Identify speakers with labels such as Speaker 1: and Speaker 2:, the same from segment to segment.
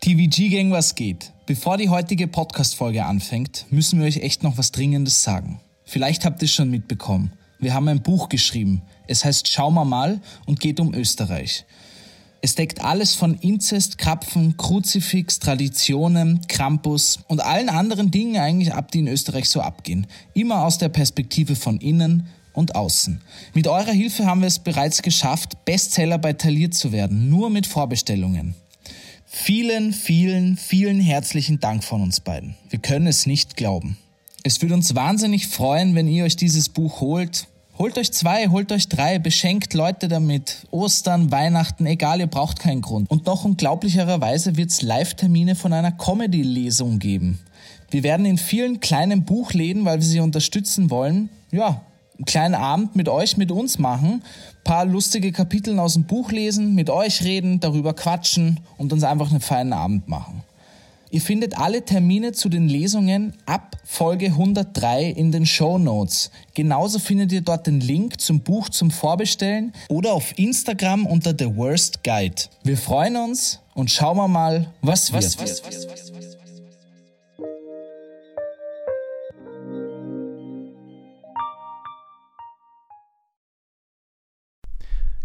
Speaker 1: TVG Gang, was geht? Bevor die heutige Podcast-Folge anfängt, müssen wir euch echt noch was Dringendes sagen. Vielleicht habt ihr es schon mitbekommen. Wir haben ein Buch geschrieben. Es heißt Schau mal mal und geht um Österreich. Es deckt alles von Inzest, Krapfen, Kruzifix, Traditionen, Krampus und allen anderen Dingen eigentlich ab, die in Österreich so abgehen. Immer aus der Perspektive von innen und außen. Mit eurer Hilfe haben wir es bereits geschafft, Bestseller bei Taliert zu werden, nur mit Vorbestellungen. Vielen, vielen, vielen herzlichen Dank von uns beiden. Wir können es nicht glauben. Es würde uns wahnsinnig freuen, wenn ihr euch dieses Buch holt. Holt euch zwei, holt euch drei, beschenkt Leute damit. Ostern, Weihnachten, egal, ihr braucht keinen Grund. Und noch unglaublicherweise wird es Live-Termine von einer Comedy-Lesung geben. Wir werden in vielen kleinen Buchläden, weil wir sie unterstützen wollen, ja, einen kleinen Abend mit euch, mit uns machen, paar lustige Kapitel aus dem Buch lesen, mit euch reden, darüber quatschen und uns einfach einen feinen Abend machen. Ihr findet alle Termine zu den Lesungen ab Folge 103 in den Show Notes. Genauso findet ihr dort den Link zum Buch zum Vorbestellen oder auf Instagram unter The Worst Guide. Wir freuen uns und schauen wir mal, was wird.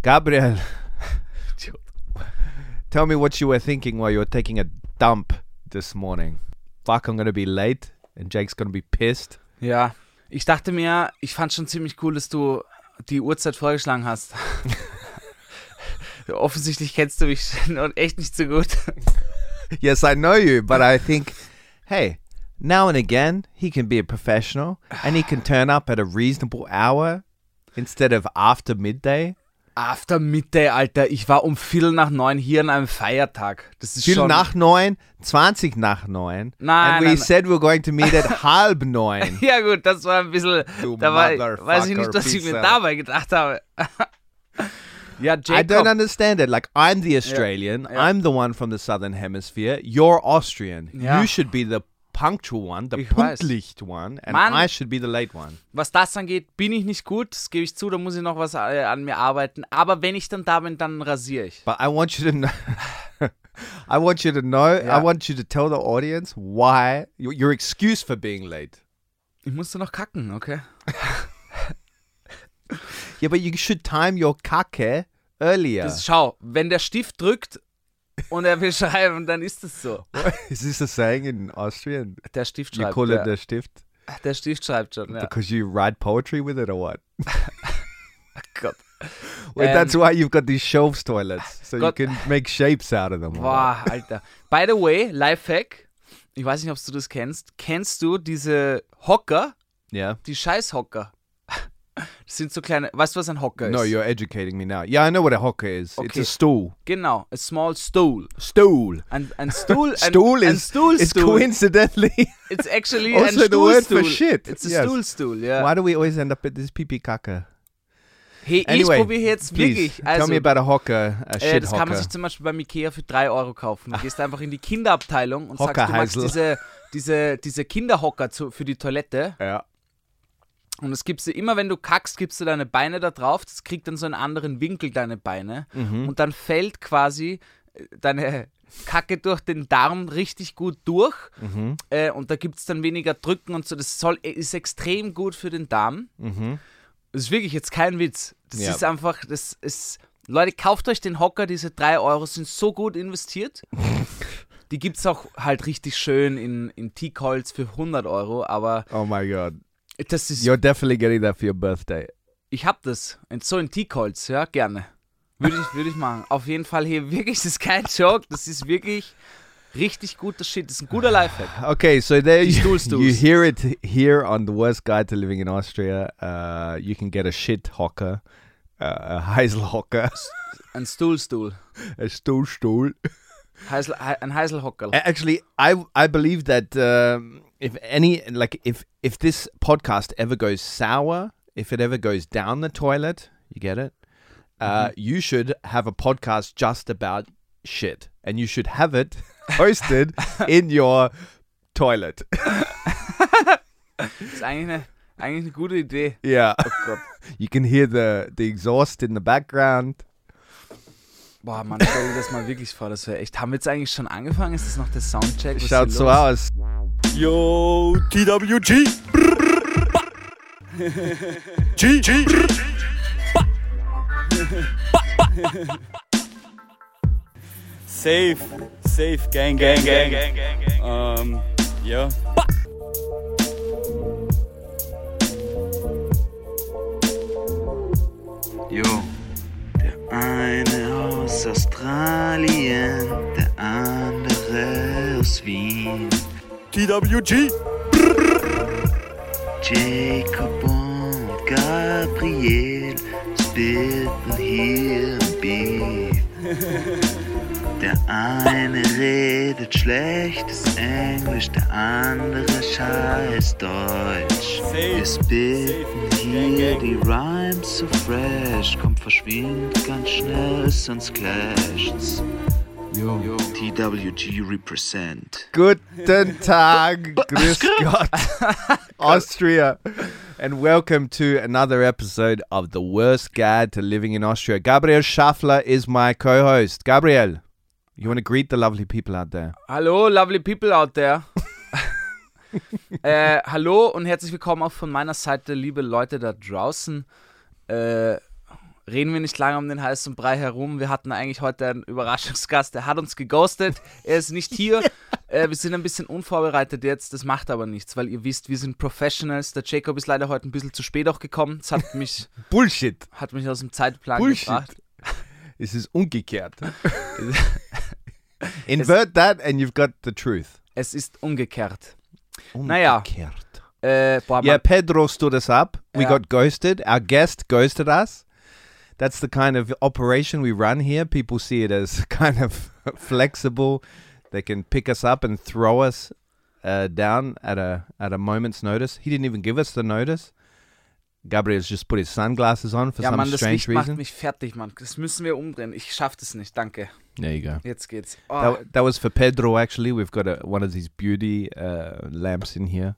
Speaker 2: Gabriel, tell me what you were thinking while you were taking a dump this morning. Fuck, I'm gonna be late and Jake's gonna be pissed.
Speaker 3: Ja, ich dachte mir, ich fand schon ziemlich cool, dass du die Uhrzeit vorgeschlagen hast. Offensichtlich kennst du mich noch echt nicht so gut.
Speaker 2: Yes, I know you, but I think, hey, now and again, he can be a professional and he can turn up at a reasonable hour instead of after midday.
Speaker 3: After Midday, Alter, ich war um Viertel nach neun hier an einem Feiertag. Das ist
Speaker 2: Viertel
Speaker 3: schon
Speaker 2: nach neun, 20 nach neun.
Speaker 3: Nein,
Speaker 2: and we
Speaker 3: nein, nein.
Speaker 2: said we're going to meet at halb neun.
Speaker 3: Ja gut, das war ein bisschen.
Speaker 2: Du
Speaker 3: Da war, weiß ich
Speaker 2: Motherfucker,
Speaker 3: nicht, was ich mir
Speaker 2: Pisser.
Speaker 3: dabei gedacht habe. ja,
Speaker 2: I don't
Speaker 3: Jacob.
Speaker 2: understand it. Like I'm the Australian.
Speaker 3: yeah.
Speaker 2: I'm the one from the southern hemisphere. You're Austrian.
Speaker 3: Yeah.
Speaker 2: You should be the punctual one, the
Speaker 3: Ich weiß.
Speaker 2: punktlicht one, and
Speaker 3: Mann.
Speaker 2: I should be the late one.
Speaker 3: Was das angeht, bin ich nicht gut. Das gebe ich zu. Da muss ich noch was äh, an mir arbeiten. Aber wenn ich dann da bin, dann rasiere ich.
Speaker 2: But I want you to know. I want you to know. I
Speaker 3: Yeah.
Speaker 2: want you to tell the audience why your, your excuse for being late.
Speaker 3: Ich musste noch kacken, okay?
Speaker 2: Yeah, but you should time your kake earlier.
Speaker 3: Das, schau, wenn der Stift drückt und er will schreiben, dann ist es so.
Speaker 2: Is this a saying in Austrian?
Speaker 3: Der Stift
Speaker 2: You
Speaker 3: schreibt.
Speaker 2: call
Speaker 3: ja.
Speaker 2: it the stift
Speaker 3: der Stift schreibt schon. Ja.
Speaker 2: because you write poetry with it or what?
Speaker 3: Gott.
Speaker 2: Wait,
Speaker 3: Um,
Speaker 2: that's why you've got these shelves toilets, so
Speaker 3: God-
Speaker 2: you can make shapes out of them.
Speaker 3: Boah, Alter. By the way, Lifehack. Ich weiß nicht, ob du das kennst. Kennst du diese Hocker?
Speaker 2: Yeah.
Speaker 3: Die Scheißhocker. Das sind so kleine. Weißt du, was ein Hocker
Speaker 2: No,
Speaker 3: ist?
Speaker 2: you're educating me now. Yeah, I know what a hocker is. It's
Speaker 3: Okay.
Speaker 2: a stool.
Speaker 3: Genau, a small stool.
Speaker 2: Stool.
Speaker 3: Ein, ein Stuhl. Ein,
Speaker 2: Stool
Speaker 3: ein
Speaker 2: is
Speaker 3: Stuhl,
Speaker 2: is
Speaker 3: Stuhl.
Speaker 2: coincidentally.
Speaker 3: It's actually
Speaker 2: Also
Speaker 3: ein
Speaker 2: the word for
Speaker 3: Stuhlstuhl.
Speaker 2: shit.
Speaker 3: It's a
Speaker 2: Yes.
Speaker 3: Stuhlstuhl, ja.
Speaker 2: Why do we always end up at this pee pee kaka?
Speaker 3: Hey,
Speaker 2: Anyway,
Speaker 3: ich probiere jetzt
Speaker 2: please,
Speaker 3: wirklich. Also,
Speaker 2: tell me about a hocker, a
Speaker 3: Äh,
Speaker 2: shit
Speaker 3: das kann man
Speaker 2: hocker.
Speaker 3: sich zum Beispiel beim Ikea für 3 Euro kaufen. Du gehst einfach in die Kinderabteilung und sagst, du magst
Speaker 2: Hockerheisel.
Speaker 3: diese, diese, diese Kinderhocker zu, für die Toilette.
Speaker 2: Ja.
Speaker 3: Und das gibst du immer, wenn du kackst, gibst du deine Beine da drauf. Das kriegt dann so einen anderen Winkel, deine Beine. Und dann fällt quasi äh, deine Kacke durch den Darm richtig gut durch. Äh, und da gibt es dann weniger Drücken und so. Das soll, ist extrem gut für den Darm. Das ist wirklich jetzt kein Witz. Das
Speaker 2: Ja.
Speaker 3: ist einfach, das ist. Leute, kauft euch den Hocker, diese 3 Euro sind so gut investiert. Die gibt es auch halt richtig schön in, in Teakholz für 100 Euro, aber
Speaker 2: Oh my god.
Speaker 3: das ist
Speaker 2: You're definitely getting that for your birthday.
Speaker 3: ich hab das. Und so in Teakholz, ja, gerne. Würde ich, würde ich machen. Auf jeden Fall hier wirklich, das ist kein Joke. Das ist wirklich richtig guter Shit. Das ist ein guter Lifehack.
Speaker 2: Okay, so there you,
Speaker 3: Stools, stools.
Speaker 2: you hear it here on the worst guide to living in Austria. Uh, you can get a shit hocker, uh, a Heisel hocker,
Speaker 3: Ein Stuhlstuhl.
Speaker 2: a stool stool.
Speaker 3: Heisel, He- ein Heiselhockerl.
Speaker 2: A- Actually, I I believe that um, if any like if if this podcast ever goes sour, if it ever goes down the toilet, you get it. Uh, You should have a podcast just about shit, and you should have it hosted in your toilet.
Speaker 3: Das ist eigentlich eine, eigentlich eine gute Idee.
Speaker 2: Yeah,
Speaker 3: Gott.
Speaker 2: you can hear the the exhaust in the background.
Speaker 3: Boah, Mann, stell dir das mal wirklich vor, das wäre echt. Haben wir jetzt eigentlich schon angefangen? Ist das noch der Soundcheck? Was ist
Speaker 2: Schaut
Speaker 3: hier
Speaker 2: so
Speaker 3: los?
Speaker 2: aus.
Speaker 4: Yo, TWG. Brr, brr, ba. G, G. Brr. Ba. Ba, ba, ba, ba. Safe, safe, gang, gang, gang, gang, gang, gang. Um, yeah.
Speaker 5: Jo, der eine aus Australien, der andere aus Wien.
Speaker 4: TWG.
Speaker 5: Jacob und Gabriel spitten hier im Beef. Der eine redet schlechtes Englisch, der andere scheiß Deutsch. Wir spitten hier die Rhymes so fresh, kommt verschwind ganz schnell, sonst clasht's. Yo. TWG represent.
Speaker 2: Guten Tag, Grüß Gott, Austria, and welcome to another episode of The Worst Guide to Living in Austria. Gabriel Schaffler is my co host. Gabriel, you want to greet the lovely people out there?
Speaker 3: Hallo, lovely people out there. äh, hallo und herzlich willkommen auch von meiner Seite, liebe Leute da draußen. Äh, reden wir nicht lange um den heißen Brei herum. Wir hatten eigentlich heute einen Überraschungsgast, der hat uns geghostet. Er ist nicht hier. Äh, wir sind ein bisschen unvorbereitet jetzt, das macht aber nichts, weil ihr wisst, wir sind Professionals. Der Jacob ist leider heute ein bisschen zu spät auch gekommen. Das hat mich,
Speaker 2: Bullshit.
Speaker 3: hat mich aus dem Zeitplan
Speaker 2: Bullshit.
Speaker 3: gebracht.
Speaker 2: This is umgekehrt. Invert that, and you've got the truth.
Speaker 3: Es ist umgekehrt. Naja.
Speaker 2: Umgekehrt.
Speaker 3: Äh, boah,
Speaker 2: Yeah,
Speaker 3: man,
Speaker 2: Pedro stood us up. We
Speaker 3: Yeah.
Speaker 2: got ghosted. Our guest ghosted us. That's the kind of operation we run here. People see it as kind of flexible. They can pick us up and throw us uh, down at a at a moment's notice. He didn't even give us the notice. Gabriel's just put his sunglasses on for
Speaker 3: ja,
Speaker 2: some
Speaker 3: Mann, das
Speaker 2: strange
Speaker 3: Licht macht
Speaker 2: reason.
Speaker 3: mich fertig, Mann. Das müssen wir umdrehen. Ich schaff das nicht, danke.
Speaker 2: There you go.
Speaker 3: Jetzt geht's.
Speaker 2: That,
Speaker 3: Oh,
Speaker 2: w- that was for Pedro. Actually, we've got a, one of these beauty uh, lamps in here.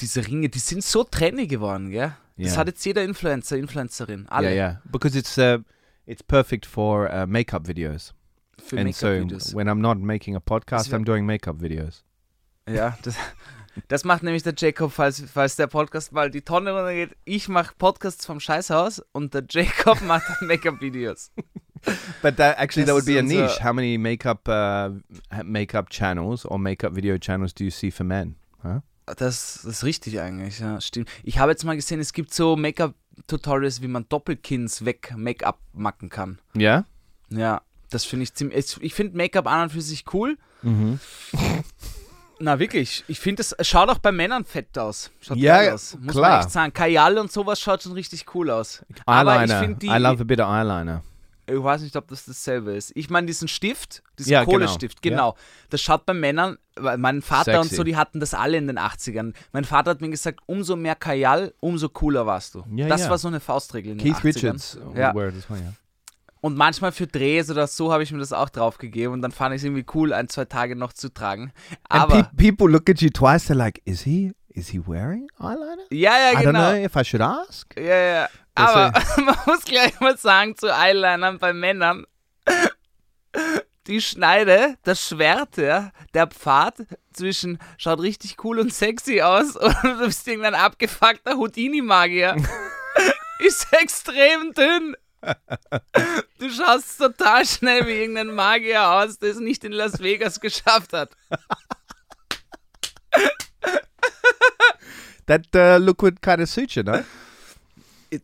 Speaker 3: diese Ringe, die sind so trendy geworden, gell? Das
Speaker 2: Ja.
Speaker 3: hat jetzt jeder Influencer, Influencerin. Alle
Speaker 2: Yeah, yeah. Because it's uh, it's perfect for uh, makeup videos.
Speaker 3: für
Speaker 2: and so
Speaker 3: Make-up-Videos.
Speaker 2: when I'm not making a podcast,
Speaker 3: Is it-
Speaker 2: I'm doing makeup videos.
Speaker 3: Ja, das, das macht nämlich der Jacob, falls, falls der Podcast mal die Tonne runtergeht. Ich mache Podcasts vom Scheißhaus und der Jacob macht dann Make-up-Videos.
Speaker 2: But that actually, that would
Speaker 3: This
Speaker 2: be a
Speaker 3: is,
Speaker 2: niche.
Speaker 3: uh,
Speaker 2: How many makeup uh, ha- makeup channels or makeup video channels do you see for men? Huh?
Speaker 3: Das, das ist richtig eigentlich, ja, stimmt. Ich habe jetzt mal gesehen, es gibt so Make-up-Tutorials, wie man Doppelkinns weg Make-up machen kann.
Speaker 2: Yeah.
Speaker 3: Ja, das finde ich ziemlich. es- Ich finde Make-up an und für sich cool.
Speaker 2: Mhm.
Speaker 3: Na wirklich, ich finde es schaut auch bei Männern fett aus. Schaut
Speaker 2: Ja,
Speaker 3: geil aus. Muss
Speaker 2: klar.
Speaker 3: man echt sagen. Kajal und sowas schaut schon richtig cool aus. Aber ich finde
Speaker 2: Eyeliner.
Speaker 3: die,
Speaker 2: I love a bit of eyeliner.
Speaker 3: ich weiß nicht, ob das dasselbe ist. Ich meine diesen Stift, diesen
Speaker 2: Ja, genau.
Speaker 3: Kohlestift, genau. Das schaut bei Männern, weil mein Vater und
Speaker 2: Sexy.
Speaker 3: so, die hatten das alle in den 80ern. Mein Vater hat mir gesagt, umso mehr Kajal, umso cooler warst du.
Speaker 2: Ja,
Speaker 3: das
Speaker 2: ja.
Speaker 3: war so eine Faustregel in den
Speaker 2: Keith
Speaker 3: 80ern.
Speaker 2: Richards would
Speaker 3: Ja.
Speaker 2: Oh, wear it as well. Yeah.
Speaker 3: Und manchmal für Drehs oder so habe ich mir das auch draufgegeben und dann fand ich es irgendwie cool, ein, zwei Tage noch zu tragen.
Speaker 2: And
Speaker 3: Aber,
Speaker 2: pe- people look at you twice. They're like, "Is he? Is he wearing eyeliner?"
Speaker 3: ja, ja,
Speaker 2: I don't know
Speaker 3: genau.
Speaker 2: if I should ask.
Speaker 3: Ja, ja.
Speaker 2: Das
Speaker 3: Aber man muss gleich mal sagen, zu Eyelinern bei Männern, die Schneide, das Schwert, ja, der Pfad zwischen schaut richtig cool und sexy aus oder du bist irgendein abgefuckter Houdini-Magier. Ist extrem dünn. Du schaust total schnell wie irgendein Magier aus, der es nicht in Las Vegas geschafft hat.
Speaker 2: That uh, look would kind of suit you, no?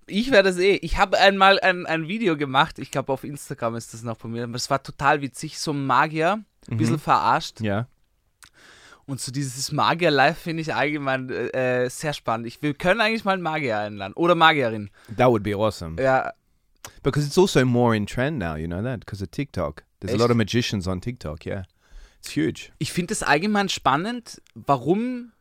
Speaker 3: Ich werde es eh. Ich habe einmal ein, ein Video gemacht, ich glaube auf Instagram ist das noch bei mir, aber es war total witzig, so ein Magier, ein bisschen verarscht.
Speaker 2: yeah.
Speaker 3: Und so dieses Magier-Live finde ich allgemein äh, äh, sehr spannend. Ich, wir können eigentlich mal einen Magier einladen. Oder Magierin.
Speaker 2: That would be awesome.
Speaker 3: Ja,
Speaker 2: Because it's also more in trend now, you know that? Because of TikTok. There's a lot of magicians on TikTok, yeah. It's huge.
Speaker 3: ich finde es allgemein spannend, warum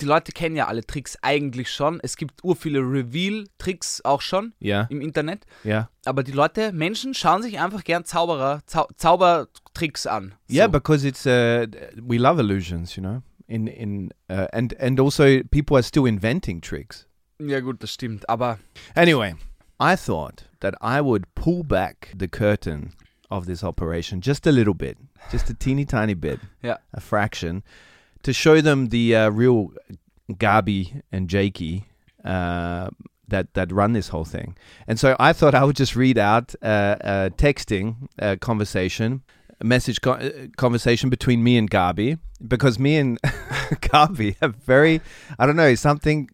Speaker 3: die Leute kennen ja alle Tricks eigentlich schon. Es gibt ur viele Reveal-Tricks auch schon
Speaker 2: Yeah.
Speaker 3: im Internet.
Speaker 2: Yeah.
Speaker 3: Aber die Leute, Menschen schauen sich einfach gern Zauberer, Zau Zaubertricks an. So.
Speaker 2: Yeah, because it's uh we love illusions, you know. In in uh, and and also people are still inventing tricks.
Speaker 3: ja gut, das stimmt. Aber
Speaker 2: Anyway, I thought that I would pull back the curtain of this operation, just a little bit, just a teeny tiny bit,
Speaker 3: Yeah.
Speaker 2: a fraction, to show them the uh, real Gabi and Jakey uh, that that run this whole thing. And so I thought I would just read out uh, uh, texting uh, conversation, a message co- uh, conversation between me and Gabi because me and Gabi have very, I don't know, something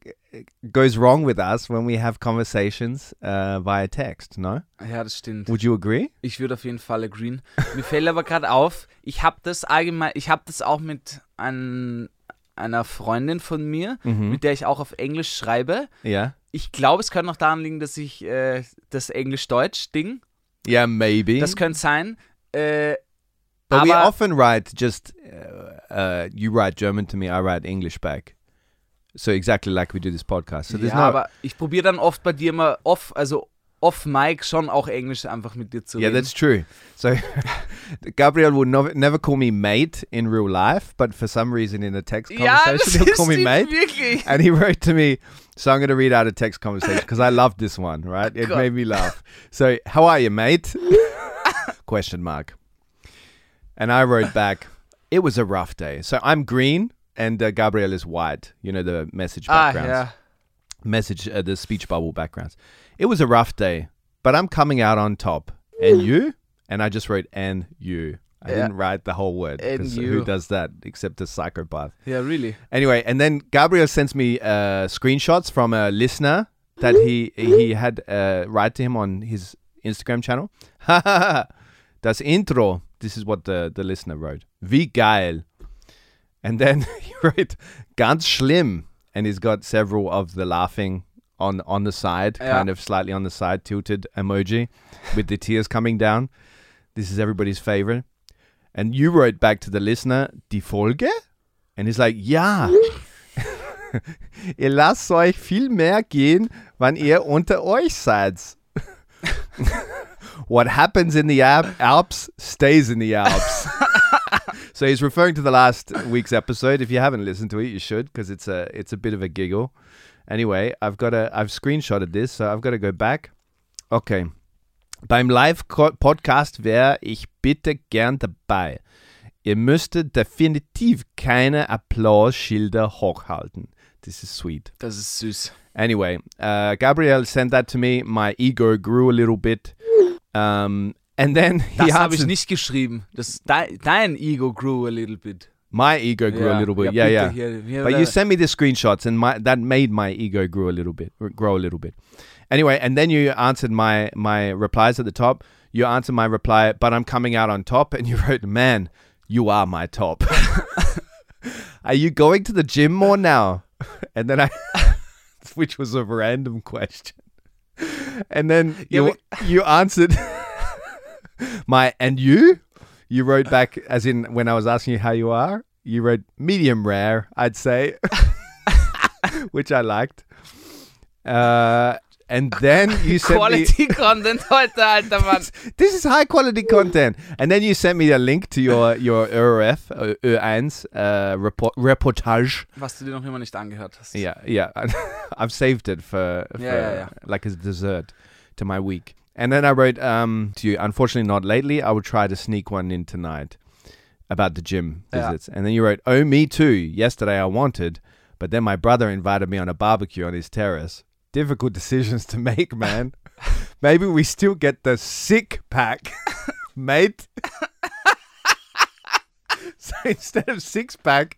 Speaker 2: goes wrong with us when we have conversations uh, via text. No,
Speaker 3: Ah Ja, das stimmt.
Speaker 2: would you agree?
Speaker 3: Ich würde auf jeden Fall agreen. Mir fällt aber gerade auf, ich habe das allgemein, ich habe das auch mit ein, einer Freundin von mir, mit der ich auch auf Englisch schreibe.
Speaker 2: Yeah.
Speaker 3: Ich glaube, es könnte noch daran liegen, dass ich äh, das Englisch-Deutsch-Ding,
Speaker 2: Yeah, maybe.
Speaker 3: das könnte sein. Äh,
Speaker 2: but we
Speaker 3: aber-
Speaker 2: often write just uh, uh, you write German to me, I write English back. So exactly like we do this podcast. So there's
Speaker 3: ja,
Speaker 2: no
Speaker 3: aber ich probiere dann oft bei dir mal off, also off Mic schon auch Englisch einfach mit dir zu
Speaker 2: Yeah,
Speaker 3: reden.
Speaker 2: that's true. So Gabriel would never, never call me mate in real life, but for some reason in a text
Speaker 3: ja, das
Speaker 2: conversation he'll
Speaker 3: ist
Speaker 2: call me
Speaker 3: ihm
Speaker 2: mate.
Speaker 3: wirklich.
Speaker 2: And he wrote to me, so I'm going to read out a text conversation because I loved this one, right? It
Speaker 3: God.
Speaker 2: made me laugh. So, how are you, mate? Question mark. And I wrote back, it was a rough day. So I'm green and uh, Gabriel is white. You know the message
Speaker 3: Ah,
Speaker 2: backgrounds,
Speaker 3: ja.
Speaker 2: message uh, the speech bubble backgrounds. It was a rough day, but I'm coming out on top. And you? And I just wrote and you. I
Speaker 3: Yeah.
Speaker 2: didn't write the whole word.
Speaker 3: And
Speaker 2: 'cause
Speaker 3: you.
Speaker 2: Who does that except a psychopath?
Speaker 3: Ja, really.
Speaker 2: Anyway, and then Gabriel sends me uh, screenshots from a listener that he he had uh, write to him on his Instagram channel. das Intro. This is what the, the listener wrote. Wie geil. And then he wrote ganz schlimm. And he's got several of the laughing on on the side,
Speaker 3: Yeah.
Speaker 2: kind of slightly on the side, tilted emoji with the tears coming down. This is everybody's favorite. And you wrote back to the listener, die Folge? And he's like, ja. ihr lasst euch viel mehr gehen, wann ihr unter euch seid. What happens in the Al- Alps stays in the Alps. so he's referring to the last week's episode. If you haven't listened to it, you should because it's a it's a bit of a giggle. Anyway, I've got a I've screenshotted this, so I've got to go back. Okay. Beim Live-Podcast wäre ich bitte gern dabei. Ihr müsstet definitiv keine Applausschilder hochhalten. This is sweet.
Speaker 3: Das ist süß.
Speaker 2: Anyway, uh, Gabriel sent that to me. My ego grew a little bit. Um, and then he
Speaker 3: Das habe ich
Speaker 2: answered-
Speaker 3: nicht geschrieben. Das, dein, dein Ego grew a little bit.
Speaker 2: My ego grew a little bit. Yeah, yeah.
Speaker 3: bitte, Hier, hier,
Speaker 2: But
Speaker 3: da-
Speaker 2: you sent me the screenshots, and my that made my ego grow a little bit, grow a little bit. Anyway, and then you answered my my replies at the top. You answered my reply, but I'm coming out on top, and you wrote, "Man, you are my top." are you going to the gym more now? And then I, which was a random question, and then
Speaker 3: Yeah,
Speaker 2: you you answered my and you you
Speaker 3: Uh,
Speaker 2: wrote back as in when I was asking you how you are, you wrote medium rare, I'd say, which I liked. Uh, and then you sent me
Speaker 3: Quality Content heute, alter Mann.
Speaker 2: this is high quality content, and then you sent me a link to your your RF uh, Ö1 uh, report, reportage.
Speaker 3: Was du dir noch immer nicht angehört hast.
Speaker 2: Yeah, yeah, I've saved it for, for
Speaker 3: yeah, yeah.
Speaker 2: like as dessert to my week. And then I wrote um, to you, unfortunately not lately. I will try to sneak one in tonight about the gym
Speaker 3: Yeah.
Speaker 2: visits. And then you wrote, "Oh, me too. Yesterday I wanted, but then my brother invited me on a barbecue on his terrace. Difficult decisions to make, man. Maybe we still get the sick pack, mate." So instead of six pack,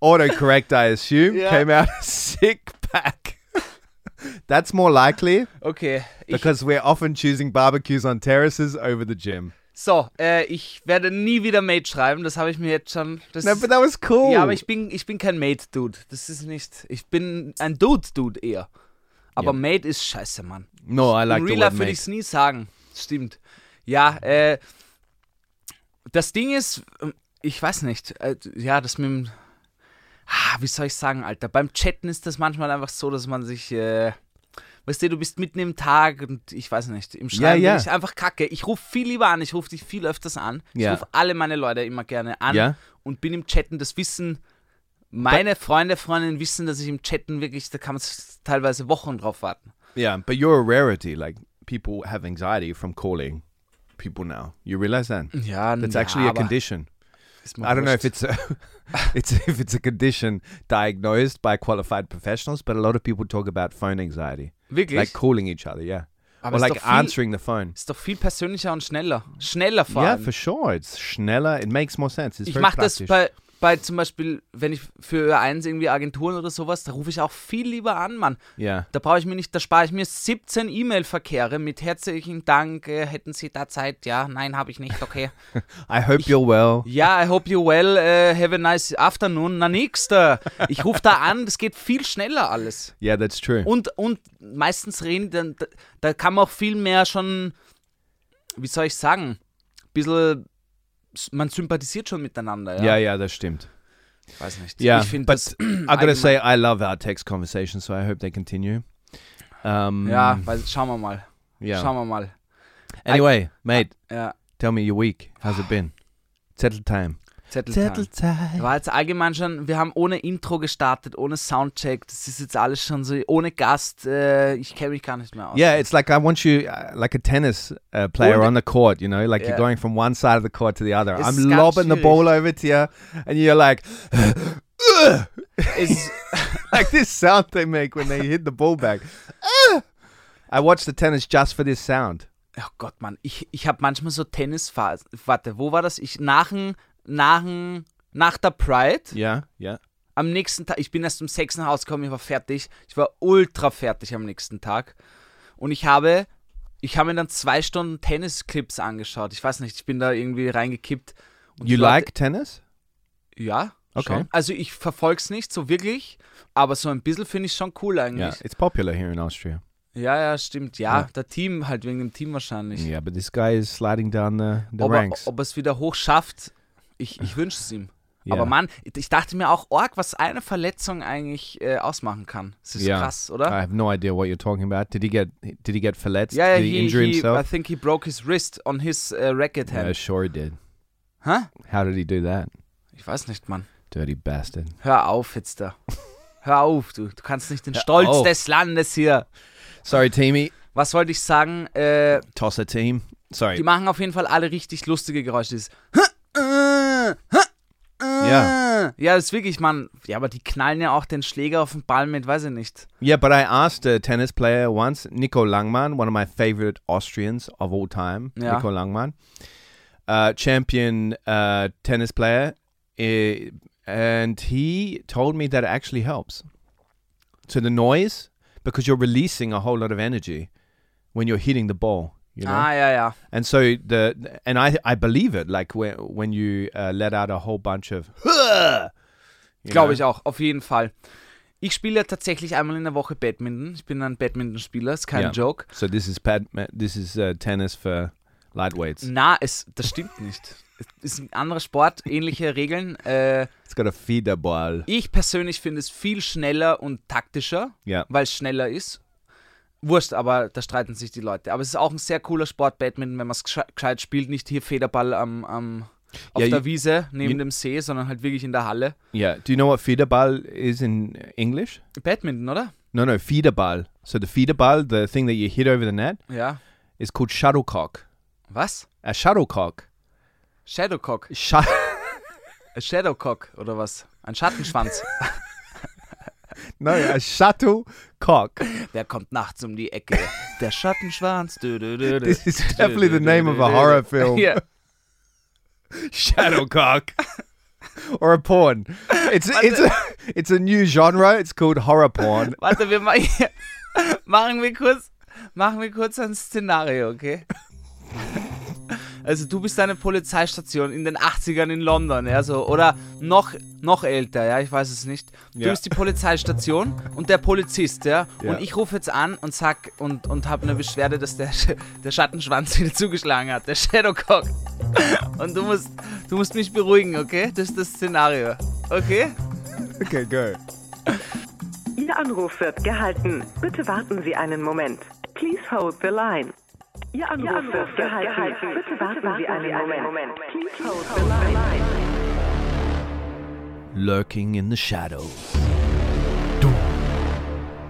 Speaker 2: autocorrect, I assume,
Speaker 3: Yeah.
Speaker 2: came out as sick pack. That's more likely
Speaker 3: Okay. Ich,
Speaker 2: because we're often choosing barbecues on terraces over the gym.
Speaker 3: so, äh, ich werde nie wieder Mate schreiben. Das habe ich mir jetzt schon. Das
Speaker 2: No,
Speaker 3: ist-
Speaker 2: but that was cool.
Speaker 3: Ja, aber ich bin, ich bin kein Mate-Dude. Das ist nicht. Ich bin ein Dude-Dude eher. Aber
Speaker 2: Ja.
Speaker 3: Mate ist scheiße, Mann.
Speaker 2: no, I like
Speaker 3: In
Speaker 2: the
Speaker 3: Real
Speaker 2: word
Speaker 3: Life würde ich
Speaker 2: mate.
Speaker 3: es nie sagen. Stimmt. Ja, äh, das Ding ist, ähm, ich weiß nicht, äh, ja, das mit dem, ah, wie soll ich sagen, Alter, beim Chatten ist das manchmal einfach so, dass man sich, äh, weißt du, du bist mitten im Tag und ich weiß nicht, im Schreiben
Speaker 2: ja.
Speaker 3: bin ich einfach kacke. Ich rufe viel lieber an, ich rufe dich viel öfters an. Ich
Speaker 2: Ja.
Speaker 3: rufe alle meine Leute immer gerne an
Speaker 2: Ja.
Speaker 3: und bin im Chatten, das wissen... Meine Freunde, Freundinnen wissen, dass ich im Chatten wirklich, da kann man teilweise Wochen drauf warten.
Speaker 2: Yeah, but you're a rarity. Like people have anxiety from calling people now. You realize that?
Speaker 3: Ja,
Speaker 2: That's
Speaker 3: na,
Speaker 2: actually a
Speaker 3: aber
Speaker 2: condition.
Speaker 3: ist mir
Speaker 2: I don't know if
Speaker 3: wurscht.
Speaker 2: it's a, it's if it's a condition diagnosed by qualified professionals, but a lot of people talk about phone anxiety,
Speaker 3: Wirklich?
Speaker 2: like calling each other, yeah,
Speaker 3: Aber
Speaker 2: or
Speaker 3: ist
Speaker 2: like
Speaker 3: doch viel-
Speaker 2: answering Ah, the phone.
Speaker 3: Ist doch viel persönlicher und schneller. Schneller vor
Speaker 2: Yeah,
Speaker 3: allem.
Speaker 2: for sure. It's schneller. It makes more sense. It's
Speaker 3: ich
Speaker 2: very
Speaker 3: mache das
Speaker 2: praktisch.
Speaker 3: bei, bei zum Beispiel, wenn ich für Ö1 irgendwie Agenturen oder sowas, da rufe ich auch viel lieber an, Mann.
Speaker 2: yeah.
Speaker 3: Da brauche ich mir nicht, da spare ich mir 17 E-Mail-Verkehre mit herzlichen Dank, äh, hätten Sie da Zeit? Ja, nein, habe ich nicht, okay.
Speaker 2: I hope you're well.
Speaker 3: Ja, I hope you well, äh, have a nice afternoon. Na nix da. Ich rufe da an, das geht viel schneller alles.
Speaker 2: Yeah, that's true.
Speaker 3: Und, und meistens reden, dann, da, da kann man auch viel mehr schon, wie soll ich sagen, ein bisschen, man sympathisiert schon miteinander. Ja,
Speaker 2: Yeah, yeah, that's stimmt.
Speaker 3: weiß nicht.
Speaker 2: Yeah,
Speaker 3: ich finde
Speaker 2: but
Speaker 3: das,
Speaker 2: I gotta
Speaker 3: allgemein-
Speaker 2: say, I love our text conversations, so I hope they continue. Um,
Speaker 3: ja, weiß, schauen wir mal.
Speaker 2: yeah.
Speaker 3: Schauen wir mal.
Speaker 2: Anyway, mate,
Speaker 3: Ja,
Speaker 2: tell me your week. How's it been? Settle time. time.
Speaker 3: Zettel. War jetzt allgemein schon, wir haben ohne Intro gestartet, ohne Soundcheck, das ist jetzt alles schon so, ohne Gast, äh, ich kenne mich gar nicht mehr aus.
Speaker 2: Yeah, it's like I want you, uh, like a tennis uh, player
Speaker 3: Und-
Speaker 2: on the court, you know, like
Speaker 3: Yeah.
Speaker 2: you're going from one side of the court to the other.
Speaker 3: Es
Speaker 2: I'm
Speaker 3: ist ganz
Speaker 2: lobbing the
Speaker 3: schwierig.
Speaker 2: ball over to you, and you're like,
Speaker 3: Es,
Speaker 2: like this sound they make when they hit the ball back. Ah! I watch the tennis just for this sound.
Speaker 3: oh Gott, Mann, ich, ich habe manchmal so Tennisphasen. Warte, wo war das? Ich nach, dem- nach, dem- nach der Pride,
Speaker 2: Yeah, yeah.
Speaker 3: am nächsten Tag, ich bin erst um 6 nach Hause gekommen, ich war fertig. Ich war ultra fertig am nächsten Tag. Und ich habe, ich habe mir dann zwei Stunden Tennisclips angeschaut. Ich weiß nicht, ich bin da irgendwie reingekippt. Und
Speaker 2: You
Speaker 3: die Leute-
Speaker 2: like tennis?
Speaker 3: Ja.
Speaker 2: Okay.
Speaker 3: Schon. Also ich verfolge es nicht so wirklich, aber so ein bisschen finde ich schon cool
Speaker 2: Yeah,
Speaker 3: eigentlich.
Speaker 2: it's popular here in Austria.
Speaker 3: Ja, ja, stimmt. Ja,
Speaker 2: Ja.
Speaker 3: der Team halt wegen dem Team wahrscheinlich.
Speaker 2: Yeah, but this guy is sliding down the, the
Speaker 3: ob, er,
Speaker 2: ranks.
Speaker 3: ob er es wieder hoch schafft, ich, ich wünsche es ihm.
Speaker 2: yeah.
Speaker 3: Aber Mann, ich dachte mir auch, Org, was eine Verletzung eigentlich äh, ausmachen kann. Das ist
Speaker 2: Yeah.
Speaker 3: krass, oder?
Speaker 2: I have no idea what you're talking about. Did he get did he get verletzt?
Speaker 3: Ja, ja,
Speaker 2: did he,
Speaker 3: he,
Speaker 2: injure
Speaker 3: he, I
Speaker 2: himself?
Speaker 3: think he broke his wrist on his äh, racket
Speaker 2: yeah,
Speaker 3: hand.
Speaker 2: sure he did.
Speaker 3: Hä?
Speaker 2: How did he do that?
Speaker 3: Ich weiß nicht, Mann.
Speaker 2: Dirty bastard.
Speaker 3: Hör auf jetzt da. Hör auf, du. Du kannst nicht den Stolz
Speaker 2: auf.
Speaker 3: des Landes hier.
Speaker 2: Sorry, teamy.
Speaker 3: Was wollte ich sagen? Äh,
Speaker 2: Toss a team. Sorry.
Speaker 3: Die machen auf jeden Fall alle richtig lustige Geräusche. Dieses
Speaker 2: Yeah.
Speaker 3: ja, das ist wirklich, Mann. Ja, aber die knallen ja auch den Schläger auf den Ball mit, weiß ich nicht.
Speaker 2: Yeah, but I asked a tennis player once, Nico Langman, one of my favorite Austrians of all time,
Speaker 3: Yeah.
Speaker 2: Nico Langman, uh, champion uh, tennis player, eh, and he told me that it actually helps. So the noise, because you're releasing a whole lot of energy when you're hitting the ball, you know.
Speaker 3: Ah, ja, ja.
Speaker 2: And so the and I I believe it. Like when when you uh, let out a whole bunch of, you know?
Speaker 3: Glaube ich auch, auf jeden Fall. Ich spiele ja tatsächlich einmal in der Woche Badminton. Ich bin ein Badmintonspieler, ist kein
Speaker 2: Ja.
Speaker 3: Joke.
Speaker 2: So this is pad. This is uh, tennis for lightweights.
Speaker 3: Na, es, das stimmt nicht. Es ist ein anderer Sport, ähnliche Regeln. Äh,
Speaker 2: It's got a feeder ball.
Speaker 3: ich persönlich finde es viel schneller und taktischer.
Speaker 2: Yeah.
Speaker 3: weil es schneller ist. Wurscht, aber da streiten sich die Leute. Aber es ist auch ein sehr cooler Sport, Badminton, wenn man es gesche- gescheit spielt. Nicht hier Federball am, am, auf
Speaker 2: Ja,
Speaker 3: der
Speaker 2: je-
Speaker 3: Wiese neben
Speaker 2: je-
Speaker 3: dem See, sondern halt wirklich in der Halle.
Speaker 2: Yeah. Do you know what feeder ball is in English?
Speaker 3: Badminton, oder?
Speaker 2: No, no. Feeder ball. So the feeder ball, the thing that you hit over the net,
Speaker 3: Ja.
Speaker 2: is called shuttlecock.
Speaker 3: Was?
Speaker 2: A shuttlecock.
Speaker 3: Shadowcock.
Speaker 2: Sh-
Speaker 3: A Shadowcock oder was? Ein Schattenschwanz.
Speaker 2: no, a shuttlecock.
Speaker 3: Wer kommt nachts um die Ecke? Der Schattenschwanz. Dö, dö, dö, dö.
Speaker 2: This is definitely the name of a horror film.
Speaker 3: Ja.
Speaker 2: Shadowcock. or a porn. It's it's a it's a new genre. It's called horror porn.
Speaker 3: Warte, wir ma machen wir kurz machen wir kurz ein Szenario, okay? Also du bist eine Polizeistation in den 80ern in London, ja, so oder noch noch älter, ja, ich weiß es nicht. Du
Speaker 2: Ja.
Speaker 3: bist die Polizeistation und der Polizist, ja,
Speaker 2: Ja.
Speaker 3: und ich rufe jetzt an und sag und und habe eine Beschwerde, dass der Sch der Schattenschwanz wieder zugeschlagen hat, der Shadowcock. Und du musst du musst mich beruhigen, okay? Das ist das Szenario. Okay?
Speaker 2: Okay, go.
Speaker 6: Ihr Anruf wird gehalten. Bitte warten Sie einen Moment. Please hold the line. Ihr Anruf, wird gehalten. Bitte warten, Sie einen Moment. Please hold the line.
Speaker 2: Lurking in the shadows.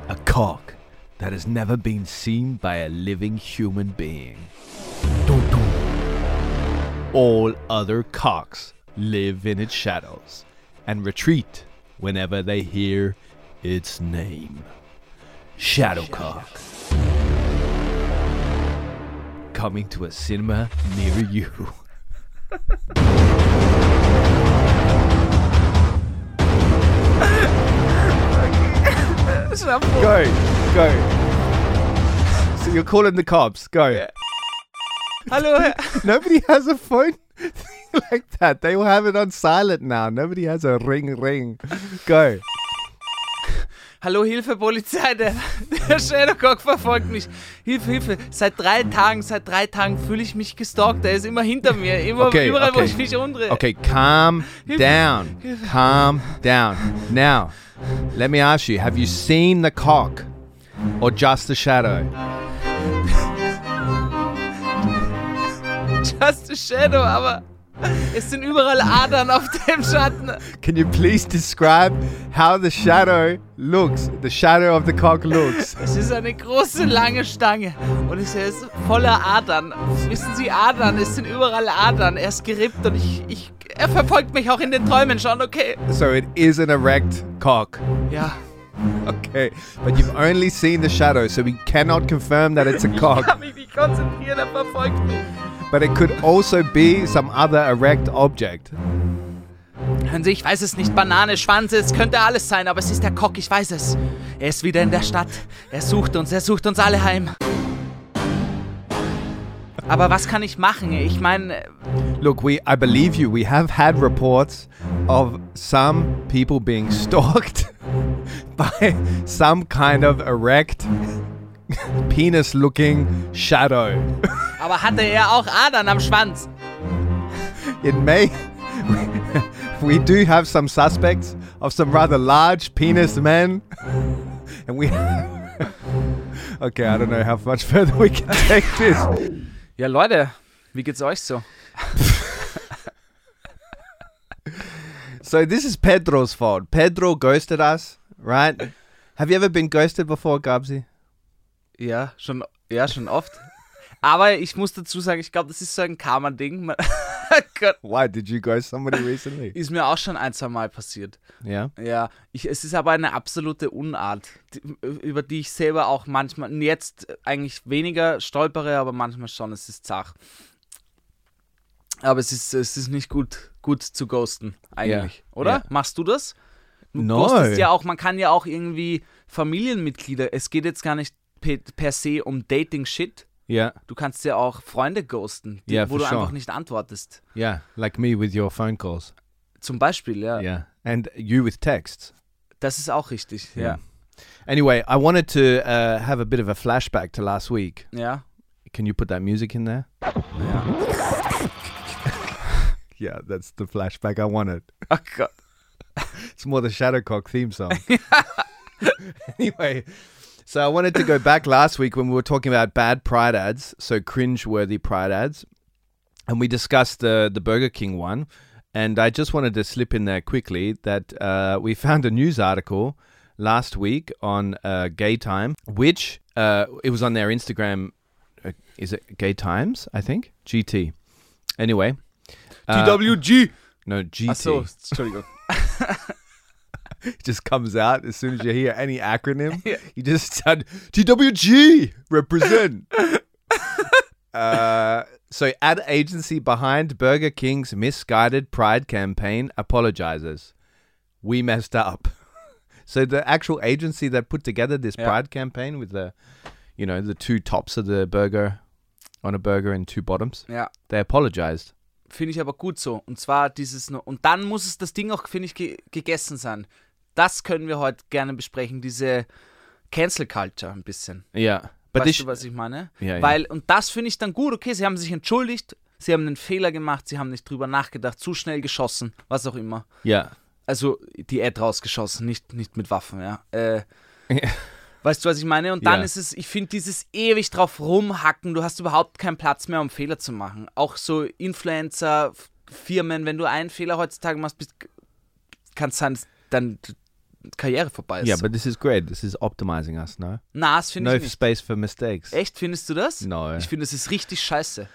Speaker 2: A cock that has never been seen by a living human being. all other cocks live in its shadows and retreat whenever they hear its name. Shadowcock. Coming to a cinema near you. Go, go. So you're calling the cops. Go.
Speaker 3: Hallo, Herr-
Speaker 2: Nobody has a phone like that. They will have it on silent now. Nobody has a ring, ring. Go.
Speaker 3: Hallo, Hilfe, Polizei, der, der Shadowcock verfolgt mich. Hilfe, Hilfe. Seit drei Tagen, seit drei Tagen fühle ich mich gestalkt. Er ist immer hinter mir, immer
Speaker 2: Okay,
Speaker 3: überall, wo
Speaker 2: okay.
Speaker 3: ich mich umdrehe.
Speaker 2: Okay, calm down. Calm down. Now, let me ask you have you seen the cock or just the shadow?
Speaker 3: Just a Shadow, aber es sind überall Adern auf dem Schatten.
Speaker 2: Can you please describe how the shadow looks? The shadow of the cock looks.
Speaker 3: Es ist eine große, lange Stange und es ist voller Adern. Wissen Sie, Adern, es sind überall Adern. Er ist gerippt und ich, ich, er verfolgt mich auch in den Träumen schon, okay?
Speaker 2: So it is an erect cock.
Speaker 3: Ja,
Speaker 2: Okay, but you've only seen the shadow, so we cannot confirm that it's a cock.
Speaker 3: kann mich nicht konzentrieren, er verfolgt mich.
Speaker 2: but it could also be some other erect object.
Speaker 3: Hören Sie, ich weiß es nicht. Banane, Schwanz, es könnte alles sein, aber es ist der Kock, ich weiß es. Er ist wieder in der Stadt. Er sucht uns, er sucht uns alle heim. Aber was kann ich machen? Ich meine,
Speaker 2: Look, we I believe you. We have had reports of some people being stalked by some kind of erect penis-looking shadow.
Speaker 3: aber hatte er auch Adern am Schwanz?
Speaker 2: It may we do have some suspects of some rather large penis men and we Okay, I don't know how much further we can take this.
Speaker 3: Ja, Leute, wie geht's euch so?
Speaker 2: So this is Pedro's fault. Pedro ghosted us, right? Have you ever been ghosted before, Gabsy?
Speaker 3: Ja, schon, ja, schon oft. Aber ich muss dazu sagen, ich glaube, das ist so ein Karma-Ding. Man- Gott,
Speaker 2: Why did you ghost somebody recently?
Speaker 3: ist mir auch schon ein, zwei Mal passiert.
Speaker 2: yeah.
Speaker 3: Ja, ich, es ist aber eine absolute Unart, die, über die ich selber auch manchmal, jetzt eigentlich weniger stolpere, aber manchmal schon, es ist zach. Aber es ist, es ist nicht gut, gut zu ghosten, eigentlich,
Speaker 2: Ja,
Speaker 3: oder?
Speaker 2: ja.
Speaker 3: Machst du das? Du
Speaker 2: No.
Speaker 3: ghostest ja auch, man kann ja auch irgendwie Familienmitglieder, es geht jetzt gar nicht per, per se um Dating-Shit,
Speaker 2: Yeah.
Speaker 3: du kannst ja auch Freunde ghosten, die,
Speaker 2: Ja,
Speaker 3: wo
Speaker 2: for
Speaker 3: du
Speaker 2: sure.
Speaker 3: einfach nicht antwortest.
Speaker 2: Yeah. Like me with your phone calls.
Speaker 3: Zum Beispiel, ja.
Speaker 2: Yeah. And you with texts.
Speaker 3: Das ist auch richtig, ja.
Speaker 2: Anyway, I wanted to uh, have a bit of a flashback to last week.
Speaker 3: Ja,
Speaker 2: Can you put that music in there?
Speaker 3: ja.
Speaker 2: Yeah, that's the flashback I wanted.
Speaker 3: Oh Gott.
Speaker 2: It's more the Shadowcock theme song. anyway, so I wanted to go back last week when we were talking about bad pride ads, so cringe-worthy pride ads, and we discussed the the Burger King one. And I just wanted to slip in there quickly that uh, we found a news article last week on uh, Gay Time, which uh, it was on their Instagram. Uh, is it Gay Times? I think GT. Anyway, uh,
Speaker 3: TWG.
Speaker 2: no GT
Speaker 3: Achso, Entschuldigung.
Speaker 2: just comes out as soon as you hear any acronym. You just sound TWG represent. uh, so, ad agency behind Burger King's misguided pride campaign apologizes. We messed up. So the actual agency that put together this
Speaker 3: Yeah.
Speaker 2: pride campaign with the, you know, the two tops of the burger, on a burger and two bottoms,
Speaker 3: Ja,
Speaker 2: they apologized.
Speaker 3: finde ich aber gut so. Und zwar dieses nur. Und dann muss es das Ding auch, finde ich, ge gegessen sein. Das können wir heute gerne besprechen, diese Cancel Culture ein bisschen.
Speaker 2: Yeah, but this
Speaker 3: weißt du, was ich meine?
Speaker 2: Ja, ja.
Speaker 3: Weil, und das finde ich dann gut, okay, sie haben sich entschuldigt, sie haben einen Fehler gemacht, sie haben nicht drüber nachgedacht, zu schnell geschossen, was auch immer.
Speaker 2: yeah.
Speaker 3: Also die Ad rausgeschossen, nicht, nicht mit Waffen, ja. Äh,
Speaker 2: Ja.
Speaker 3: weißt du, was ich meine? Und dann
Speaker 2: Ja.
Speaker 3: ist es, ich finde dieses ewig drauf rumhacken, du hast überhaupt keinen Platz mehr, um Fehler zu machen. Auch so Influencer, F- Firmen, wenn du einen Fehler heutzutage machst, bist, kann es sein, dass deine Karriere vorbei ist.
Speaker 2: Yeah, but this is great. This is optimizing us, no?
Speaker 3: Na, das finde
Speaker 2: No
Speaker 3: ich nicht. Eh.
Speaker 2: space for mistakes.
Speaker 3: Echt, findest du das?
Speaker 2: No.
Speaker 3: Ich finde, das ist richtig scheiße.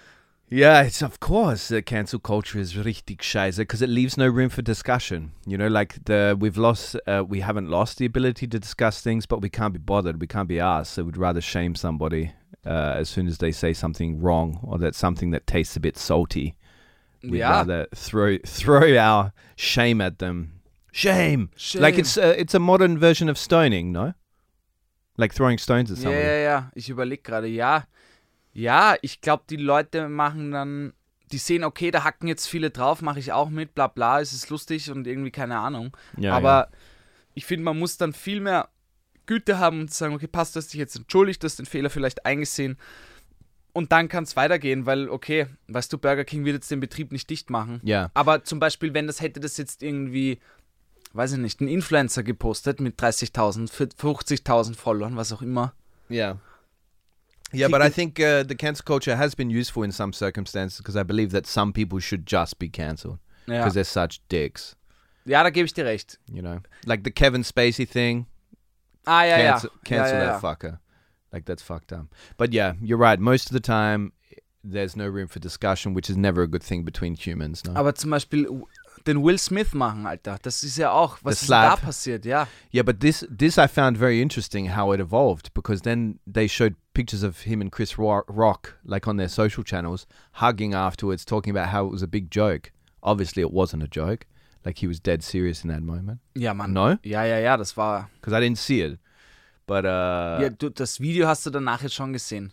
Speaker 2: Yeah, it's of course uh, cancel culture is richtig scheiße because it leaves no room for discussion. You know, like the we've lost, uh, we haven't lost the ability to discuss things, but we can't be bothered. We can't be asked. So we'd rather shame somebody uh, as soon as they say something wrong or that something that tastes a bit salty. We'd
Speaker 3: Yeah.
Speaker 2: rather throw throw our shame at them. Shame. Like
Speaker 3: Shame.
Speaker 2: it's a, it's a modern version of stoning, no? Like throwing stones at
Speaker 3: Ja,
Speaker 2: somebody.
Speaker 3: ja, ja. Ich überlege gerade, ja. Ja, ich glaube, die Leute machen dann, die sehen, okay, da hacken jetzt viele drauf, mache ich auch mit, bla bla, es ist lustig und irgendwie keine Ahnung.
Speaker 2: Ja,
Speaker 3: Aber ich finde, man muss dann viel mehr Güte haben und zu sagen, okay, passt, du hast dich jetzt entschuldigt, du hast den Fehler vielleicht eingesehen. Und dann kann es weitergehen, weil, okay, weißt du, Burger King wird jetzt den Betrieb nicht dicht machen.
Speaker 2: Ja.
Speaker 3: Aber zum Beispiel, wenn das hätte das jetzt irgendwie, weiß ich nicht, ein Influencer gepostet mit 30.000, 50.000 Followern, was auch immer.
Speaker 2: Yeah. Yeah, but I think uh, the cancel culture has been useful in some circumstances because I believe that some people should just be cancelled
Speaker 3: Ja,
Speaker 2: because they're such dicks,
Speaker 3: ja da gebe ich dir recht.
Speaker 2: you know? Like the Kevin Spacey thing,
Speaker 3: Ah, ja, ja.
Speaker 2: cancel, cancel
Speaker 3: ja, ja,
Speaker 2: that fucker. Like that's fucked up. But yeah, you're right. Most of the time, there's no room for discussion, which is never a good thing between humans. No?
Speaker 3: Aber zum Beispiel w- den Will Smith machen, Alter. Das ist ja auch, was
Speaker 2: Das
Speaker 3: ist denn da
Speaker 2: Slap.
Speaker 3: passiert, ja.
Speaker 2: Yeah, but this this I found very interesting how it evolved because then they showed pictures of him and Chris Ro- Rock like on their social channels hugging afterwards, talking about how it was a big joke. Obviously, it wasn't a joke. Like he was dead serious in that moment
Speaker 3: Ja, Mann.
Speaker 2: No?
Speaker 3: Ja, ja, ja, das war.
Speaker 2: because I didn't see it. But uh,
Speaker 3: ja, du, das Video hast du danach jetzt schon gesehen.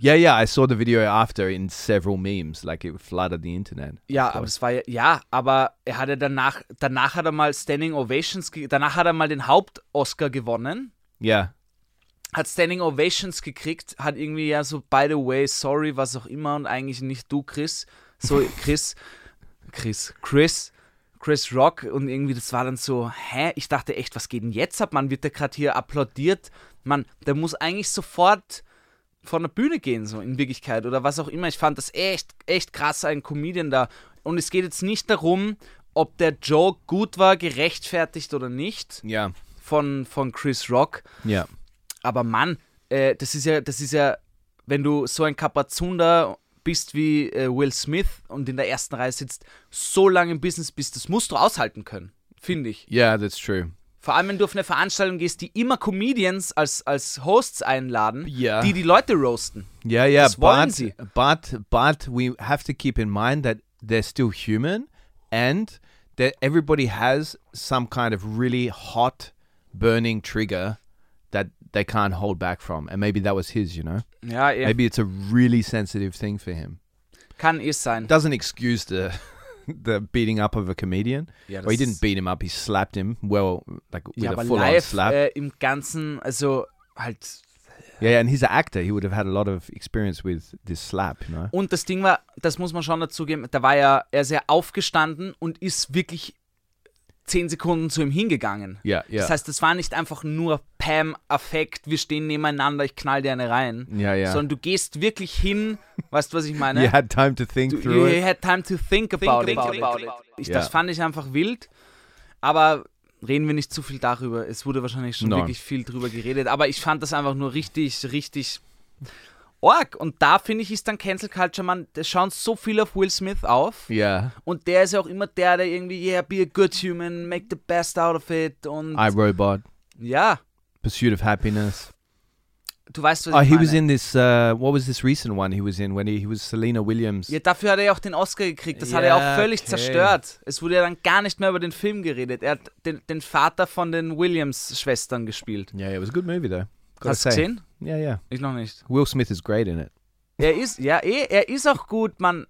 Speaker 2: yeah, yeah, I saw the video after in several memes. Like it flooded the internet.
Speaker 3: Ja, aber es war ja, ja, aber er hatte danach, danach hat er mal Standing Ovations, ge- danach hat er mal den Haupt-Oscar gewonnen,
Speaker 2: Yeah,
Speaker 3: hat Standing Ovations gekriegt, hat irgendwie ja so, by the way, sorry, was auch immer und eigentlich nicht du, Chris, so Chris, Chris, Chris, Chris Rock und irgendwie das war dann so, hä, ich dachte echt, was geht denn jetzt ab, man wird der gerade hier applaudiert, man, der muss eigentlich sofort von der Bühne gehen, so in Wirklichkeit oder was auch immer. Ich fand das echt, echt krass, ein Comedian da. Und es geht jetzt nicht darum, ob der Joke gut war, gerechtfertigt oder nicht
Speaker 2: yeah,
Speaker 3: von, von Chris Rock,
Speaker 2: yeah.
Speaker 3: aber Mann, äh, das ist ja, das ist ja, wenn du so ein Kapazunder bist wie äh, Will Smith und in der ersten Reihe sitzt, so lange im Business bist, das musst du aushalten können, finde ich.
Speaker 2: Yeah, that's true.
Speaker 3: Vor allem, wenn du auf eine Veranstaltung gehst, die immer Comedians als, als Hosts einladen,
Speaker 2: Ja.
Speaker 3: die die Leute roasten.
Speaker 2: Yeah, yeah,
Speaker 3: Das wollen
Speaker 2: but
Speaker 3: sie.
Speaker 2: but but we have to keep in mind that they're still human, and that everybody has some kind of really hot, burning trigger that they can't hold back from, and maybe that was his. You know,
Speaker 3: Ja, eben.
Speaker 2: maybe it's a really sensitive thing for him.
Speaker 3: kann eh sein.
Speaker 2: Doesn't excuse the the beating up of a comedian.
Speaker 3: Yeah,
Speaker 2: well, he
Speaker 3: that's-
Speaker 2: didn't beat him up. He slapped him. Well, like with
Speaker 3: ja,
Speaker 2: a
Speaker 3: aber
Speaker 2: full on
Speaker 3: live
Speaker 2: slap.
Speaker 3: äh, im Ganzen, also halt
Speaker 2: yeah, and he's an actor. He would have had a lot of experience with this slap. You know.
Speaker 3: Und das Ding war, das muss man schon dazu geben, da war ja er sehr aufgestanden und ist wirklich zehn Sekunden zu ihm hingegangen.
Speaker 2: Ja, ja.
Speaker 3: Das heißt, das war nicht einfach nur Pam, Affekt, wir stehen nebeneinander, ich knall dir eine rein.
Speaker 2: Ja, ja.
Speaker 3: Sondern du gehst wirklich hin, weißt du, was ich meine?
Speaker 2: You had time to think
Speaker 3: du,
Speaker 2: through it.
Speaker 3: you had time to think about it. Ich,
Speaker 2: Ja.
Speaker 3: Das fand ich einfach wild, aber reden wir nicht zu viel darüber. Es wurde wahrscheinlich schon
Speaker 2: Nein.
Speaker 3: wirklich viel drüber geredet, aber ich fand das einfach nur richtig, richtig org. Und da finde ich, ist dann Cancel Culture, man, da schauen so viel auf Will Smith auf.
Speaker 2: Yeah.
Speaker 3: Und der ist ja auch immer der, der irgendwie, yeah, be a good human, make the best out of it. Und
Speaker 2: I Robot,
Speaker 3: ja,
Speaker 2: Pursuit of Happiness.
Speaker 3: du weißt, was
Speaker 2: Oh,
Speaker 3: ich
Speaker 2: he
Speaker 3: meine.
Speaker 2: was in this. Uh, what was this recent one he was in when he, he was Selena Williams?
Speaker 3: Ja, dafür hat er ja auch den Oscar gekriegt. Das hat
Speaker 2: Ja,
Speaker 3: er auch völlig
Speaker 2: okay.
Speaker 3: zerstört. Es wurde ja dann gar nicht mehr über den Film geredet. Er hat den, den Vater von den Williams-Schwestern gespielt.
Speaker 2: Yeah, it was a good movie though. Gotta
Speaker 3: Hast du
Speaker 2: say.
Speaker 3: gesehen?
Speaker 2: Yeah, yeah.
Speaker 3: Ich noch nicht.
Speaker 2: Will Smith is great in it.
Speaker 3: Er ist, ja, eh, er ist auch gut, Mann.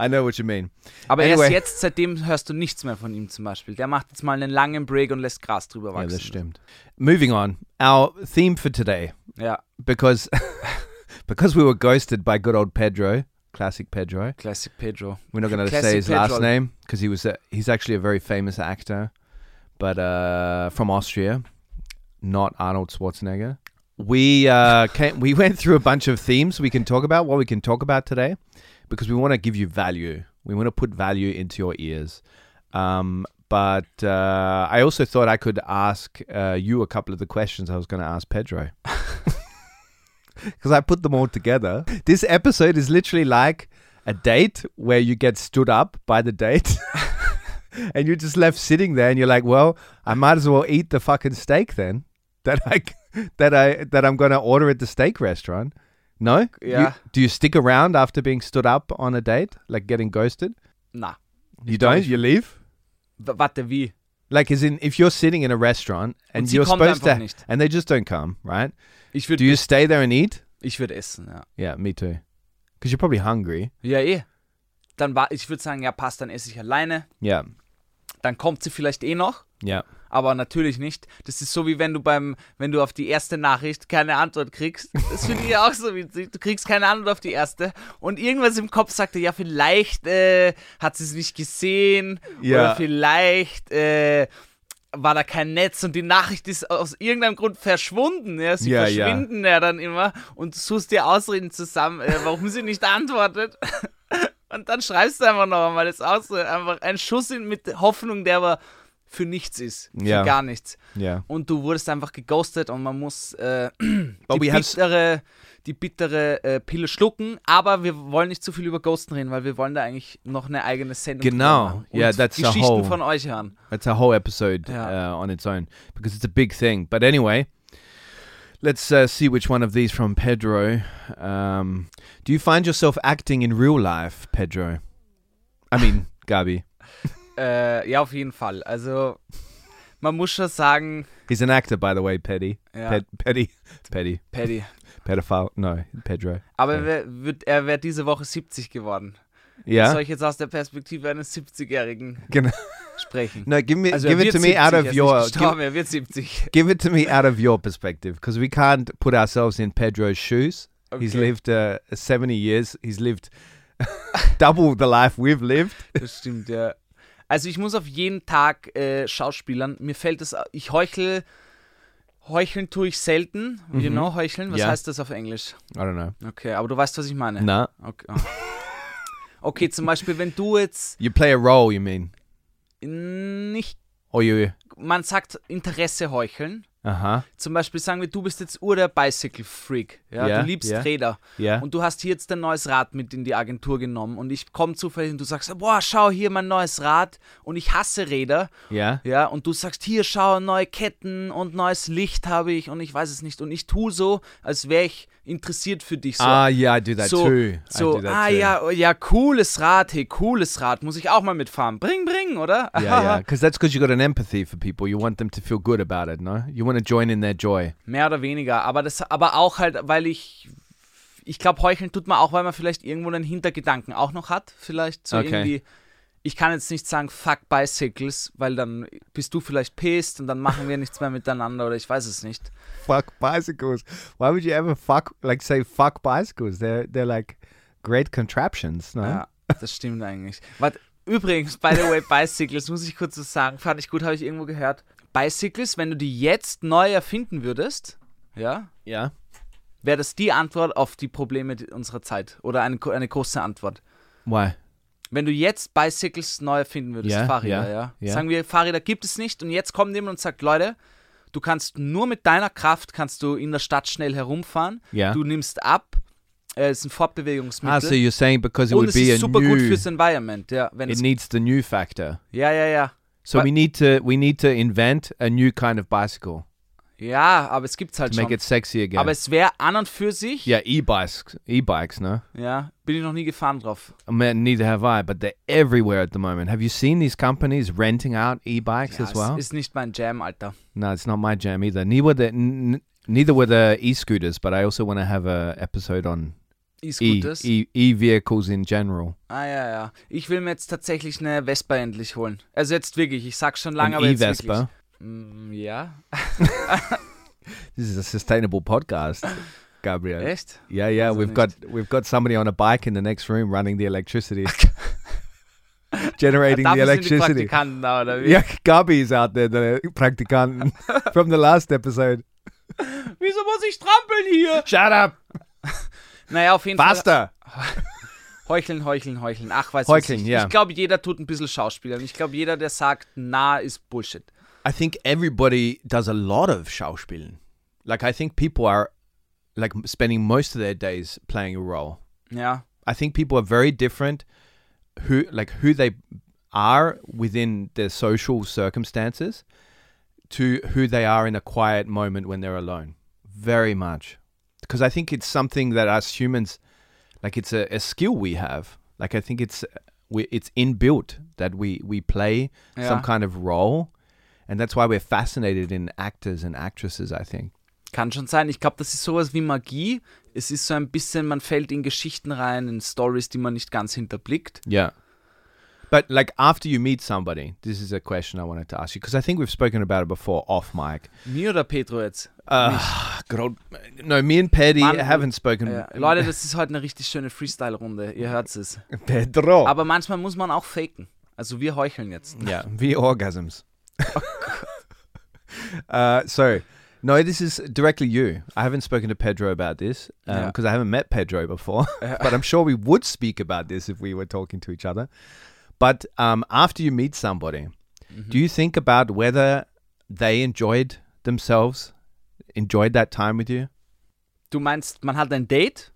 Speaker 2: I know what you mean.
Speaker 3: Aber
Speaker 2: Anyway.
Speaker 3: erst jetzt, seitdem hörst du nichts mehr von ihm zum Beispiel. Der macht jetzt mal einen langen Break und lässt Gras drüber
Speaker 2: Yeah, that's
Speaker 3: wachsen.
Speaker 2: stimmed. Moving on, our theme for today
Speaker 3: Ja,
Speaker 2: because because we were ghosted by good old Pedro, classic Pedro.
Speaker 3: Classic Pedro.
Speaker 2: We're not going to
Speaker 3: Classic
Speaker 2: say his
Speaker 3: Pedro.
Speaker 2: last name because he was a, he's actually a very famous actor, but uh, from Austria, not Arnold Schwarzenegger. We uh, came, we went through a bunch of themes we can talk about. What we can talk about today, because we want to give you value. We want to put value into your ears. Um, but uh, I also thought I could ask uh, you a couple of the questions I was going to ask Pedro. Because I put them all together. This episode is literally like a date where you get stood up by the date and you're just left sitting there and you're like, well, I might as well eat the fucking steak then that I c- that I that I'm going to order at the steak restaurant. No? You-
Speaker 3: Yeah.
Speaker 2: do you stick around after being stood up on a date, like getting ghosted?
Speaker 3: Na,
Speaker 2: You don't, you leave?
Speaker 3: W- warte, wie?
Speaker 2: Like as in if you're sitting in a restaurant and,
Speaker 3: sie
Speaker 2: you're
Speaker 3: kommt
Speaker 2: supposed
Speaker 3: einfach
Speaker 2: to
Speaker 3: nicht.
Speaker 2: and they just don't come, right?
Speaker 3: Ich
Speaker 2: Do
Speaker 3: würde
Speaker 2: you stay there and eat?
Speaker 3: ich würd essen, ja.
Speaker 2: Yeah, me too. Cuz you're probably hungry.
Speaker 3: Ja, eh. Dann war, ich würde sagen, ja, passt, dann esse ich alleine.
Speaker 2: Yeah.
Speaker 3: Dann kommt sie vielleicht eh noch.
Speaker 2: Yeah.
Speaker 3: Aber natürlich nicht. Das ist so wie wenn du beim, wenn du auf die erste Nachricht keine Antwort kriegst. Das finde ich auch so witzig. Du kriegst keine Antwort auf die erste. Und irgendwas im Kopf sagte, ja, vielleicht äh, hat sie es nicht gesehen.
Speaker 2: Ja.
Speaker 3: Oder vielleicht äh, war da kein Netz und die Nachricht ist aus irgendeinem Grund verschwunden. Ja, sie
Speaker 2: Ja, ja.
Speaker 3: verschwinden ja. dann immer und du suchst dir Ausreden zusammen, äh, warum sie nicht antwortet. Und dann schreibst du einfach noch einmal das aus. Einfach ein Schuss in, mit Hoffnung, der aber für nichts ist. Für
Speaker 2: Ja.
Speaker 3: gar nichts.
Speaker 2: Yeah.
Speaker 3: Und du wurdest einfach geghostet und man muss äh, die,
Speaker 2: But we have s-
Speaker 3: bittere, die bittere äh, Pille schlucken. Aber wir wollen nicht zu viel über Ghosten reden, weil wir wollen da eigentlich noch eine eigene Sendung drüber
Speaker 2: Genau.
Speaker 3: machen
Speaker 2: Yeah,
Speaker 3: und
Speaker 2: that's a
Speaker 3: Geschichten
Speaker 2: whole-
Speaker 3: von euch hören.
Speaker 2: That's a whole episode
Speaker 3: Yeah.
Speaker 2: uh, on its own because it's a big thing. But anyway, let's uh, see which one of these from Pedro. Um, do you find yourself acting in real life, Pedro? I mean, Gabi.
Speaker 3: Äh, ja, auf jeden Fall. Also man muss schon sagen,
Speaker 2: He's an actor, by the way, Petty.
Speaker 3: Ja.
Speaker 2: Ped- petty. Petty.
Speaker 3: Paddy.
Speaker 2: Pedophile. No, Pedro.
Speaker 3: Aber
Speaker 2: Okay.
Speaker 3: wer, wird, er wäre diese Woche 70 geworden.
Speaker 2: Yeah.
Speaker 3: Soll ich jetzt aus der Perspektive eines 70-Jährigen
Speaker 2: Can-
Speaker 3: sprechen?
Speaker 2: no, give me
Speaker 3: Also er
Speaker 2: give it
Speaker 3: wird
Speaker 2: to me out
Speaker 3: 70,
Speaker 2: of
Speaker 3: er ist
Speaker 2: your
Speaker 3: nicht
Speaker 2: give,
Speaker 3: gestorben, er wird 70.
Speaker 2: give it to me out of your perspective because we can't put ourselves in Pedro's shoes. He's
Speaker 3: Okay.
Speaker 2: lived uh, 70 years. He's lived double the life we've lived.
Speaker 3: Das stimmt, ja. Also ich muss auf jeden Tag äh, Schauspielern, mir fällt es, ich heuchle, heucheln tue ich selten, you know, heucheln, was
Speaker 2: Ja.
Speaker 3: heißt das auf Englisch?
Speaker 2: I don't know.
Speaker 3: Okay, aber du weißt, was ich meine.
Speaker 2: Nah.
Speaker 3: Okay, oh. okay, zum Beispiel, wenn du jetzt
Speaker 2: You play a role, you mean?
Speaker 3: nicht,
Speaker 2: Or you.
Speaker 3: man sagt Interesse heucheln,
Speaker 2: Uh huh.
Speaker 3: zum Beispiel sagen wir, du bist jetzt ur der Bicycle-Freak, ja,
Speaker 2: Ja,
Speaker 3: du liebst
Speaker 2: ja.
Speaker 3: Räder.
Speaker 2: Yeah.
Speaker 3: Und du hast hier jetzt dein neues Rad mit in die Agentur genommen und ich komme zufällig und du sagst, boah, schau hier mein neues Rad und ich hasse Räder
Speaker 2: Yeah.
Speaker 3: Ja, und du sagst, hier, schau, neue Ketten und neues Licht habe ich und ich weiß es nicht. Und ich tue so, als wäre ich interessiert für dich. So,
Speaker 2: Ah, yeah, I do that
Speaker 3: so,
Speaker 2: too. I
Speaker 3: so
Speaker 2: do that
Speaker 3: ah
Speaker 2: too.
Speaker 3: ja, oh, ja, cooles Rad, hey, cooles Rad, muss ich auch mal mitfahren. Bring, bring, oder?
Speaker 2: Yeah, yeah. Because that's because you got an empathy for people. You want them to feel good about it, no? You want to join in their joy.
Speaker 3: Mehr oder weniger, aber das, aber auch halt, weil ich, ich glaube, heucheln tut man auch, weil man vielleicht irgendwo einen Hintergedanken auch noch hat, vielleicht so
Speaker 2: Okay.
Speaker 3: irgendwie. Ich kann jetzt nicht sagen, fuck Bicycles, weil dann bist du vielleicht pissed und dann machen wir nichts mehr miteinander oder ich weiß es nicht.
Speaker 2: Fuck bicycles. Why would you ever fuck like say fuck bicycles? They're they're like great contraptions, no?
Speaker 3: Ja, das stimmt eigentlich. Warte, übrigens, by the way, Bicycles, muss ich kurz was sagen, fand ich gut, habe ich irgendwo gehört. Bicycles, wenn du die jetzt neu erfinden würdest, ja,
Speaker 2: Yeah.
Speaker 3: wäre das die Antwort auf die Probleme die- unserer Zeit oder eine, gro- eine große Antwort.
Speaker 2: Why?
Speaker 3: Wenn du jetzt Bicycles neu erfinden würdest,
Speaker 2: Ja,
Speaker 3: Fahrräder,
Speaker 2: ja,
Speaker 3: ja,
Speaker 2: ja.
Speaker 3: Sagen wir, Fahrräder gibt es nicht und jetzt kommt jemand und sagt, Leute, du kannst nur mit deiner Kraft, kannst du in der Stadt schnell herumfahren,
Speaker 2: Ja.
Speaker 3: du nimmst ab, äh, ist ein Fortbewegungsmittel
Speaker 2: Ah, so you're saying because it
Speaker 3: und
Speaker 2: would
Speaker 3: es
Speaker 2: be a
Speaker 3: ist super gut
Speaker 2: new.
Speaker 3: fürs Environment, ja, wenn
Speaker 2: It
Speaker 3: es
Speaker 2: needs the new factor.
Speaker 3: Ja, ja, ja.
Speaker 2: So
Speaker 3: But-
Speaker 2: we need to we need to invent a new kind of bicycle
Speaker 3: Ja, aber es gibt's halt
Speaker 2: to
Speaker 3: schon.
Speaker 2: make it sexy again.
Speaker 3: Aber es wäre an und für sich,
Speaker 2: yeah, e-bikes, e-bikes, no?
Speaker 3: ja, bin ich noch nie gefahren drauf.
Speaker 2: I mean, neither have I, but they're everywhere at the moment. Have you seen these companies renting out e-bikes
Speaker 3: Ja,
Speaker 2: as well?
Speaker 3: es ist nicht mein Jam, Alter.
Speaker 2: no, it's not my jam either. Neither were the n- neither were the e-scooters, but I also want to have a episode on e,
Speaker 3: E-Scooters.
Speaker 2: e e-vehicles in general.
Speaker 3: Ah, ja, ja. Ich will mir jetzt tatsächlich eine Vespa endlich holen. Also jetzt wirklich, ich sag's schon lange,
Speaker 2: An
Speaker 3: aber jetzt
Speaker 2: e-Vespa.
Speaker 3: wirklich. Mm, ja,
Speaker 2: This is a sustainable podcast, Gabriel.
Speaker 3: echt?
Speaker 2: Yeah, yeah,
Speaker 3: Also
Speaker 2: we've got
Speaker 3: next.
Speaker 2: we've got somebody on a bike in the next room running the electricity, generating the
Speaker 3: Dafür sind die
Speaker 2: electricity.
Speaker 3: Praktikanten da, oder wie?
Speaker 2: Yeah, Gabi is out there, the practicant from the last episode.
Speaker 3: Wieso muss ich trampeln hier?
Speaker 2: Shut up,
Speaker 3: Naja, auf jeden Fall.
Speaker 2: faster!
Speaker 3: Heucheln, heucheln, heucheln. Ach, weißt
Speaker 2: Heucheln,
Speaker 3: du
Speaker 2: ja.
Speaker 3: Ich glaube, jeder tut ein bisschen Schauspielern. Ich glaube, jeder, der sagt, na, ist Bullshit.
Speaker 2: I think everybody does a lot of Schauspielen. Like I think people are like spending most of their days playing a role.
Speaker 3: Ja.
Speaker 2: I think people are very different who like who they are within their social circumstances to who they are in a quiet moment when they're alone. Very much. Because I think it's something that us humans like it's a, a skill we have. Like I think it's we it's inbuilt that we we play
Speaker 3: Yeah.
Speaker 2: some kind of role and that's why we're fascinated in actors and actresses, I think.
Speaker 3: Kann schon sein. Ich glaube, das ist sowas wie Magie. Es ist so ein bisschen, man fällt in Geschichten rein, in Stories, die man nicht ganz hinterblickt.
Speaker 2: Yeah. But like after you meet somebody, this is a question I wanted to ask you because I think we've spoken about it before off mic.
Speaker 3: Mir oder Petro jetzt?
Speaker 2: Good old, no, me and Petty
Speaker 3: Man-
Speaker 2: haven't spoken.
Speaker 3: Ja. Leute, das ist heute eine richtig schöne Freestyle-Runde. Ihr hört es.
Speaker 2: Pedro.
Speaker 3: Aber manchmal muss man auch faken. Also wir heucheln jetzt.
Speaker 2: yeah, V orgasms. uh, so, no, this is directly you. I haven't spoken to Pedro about this
Speaker 3: Yeah.
Speaker 2: because I haven't met Pedro before, but I'm sure we would speak about this if we were talking to each other. But um, after you meet somebody, do you think about whether they enjoyed themselves, enjoyed that time with you?
Speaker 3: Du meinst, man hat ein Date?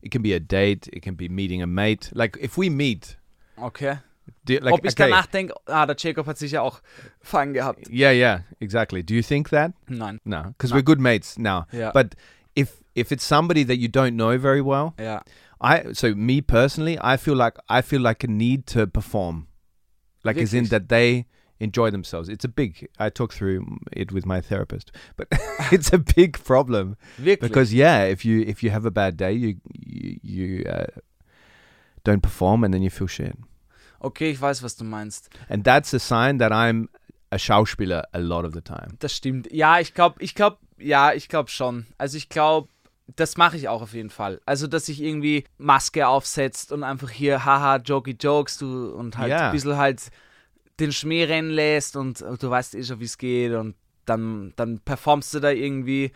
Speaker 2: It can be a date, it can be meeting a mate. Like if we meet,
Speaker 3: Okay.
Speaker 2: do, like
Speaker 3: Ob ich
Speaker 2: okay,
Speaker 3: danach denke, ah, der Jacob hat sicher auch Fang gehabt.
Speaker 2: yeah, yeah, exactly. Do you think that?
Speaker 3: Nein.
Speaker 2: No, because we're good mates now.
Speaker 3: Yeah.
Speaker 2: But if if it's somebody that you don't know very well,
Speaker 3: Ja.
Speaker 2: I so me personally, I feel like I feel like a need to perform, like as in
Speaker 3: Wirklich?
Speaker 2: that they enjoy themselves. It's a big. I talk through it with my therapist, but it's a big problem
Speaker 3: Wirklich.
Speaker 2: because yeah, if you if you have a bad day, you you, you uh, don't perform and then you feel shit,
Speaker 3: okay, ich weiß, was du meinst.
Speaker 2: and that's a sign that I'm a Schauspieler a lot of the time.
Speaker 3: Das stimmt. Ja, ich glaube, ich glaube, ja, ich glaube schon. Also ich glaube, das mache ich auch auf jeden Fall. Also, dass ich irgendwie Maske aufsetzt und einfach hier, haha, jokey jokes, du und halt
Speaker 2: Ja.
Speaker 3: ein bisschen halt den Schmäh rennen lässt und du weißt eh schon, wie es geht und dann, dann performst du da irgendwie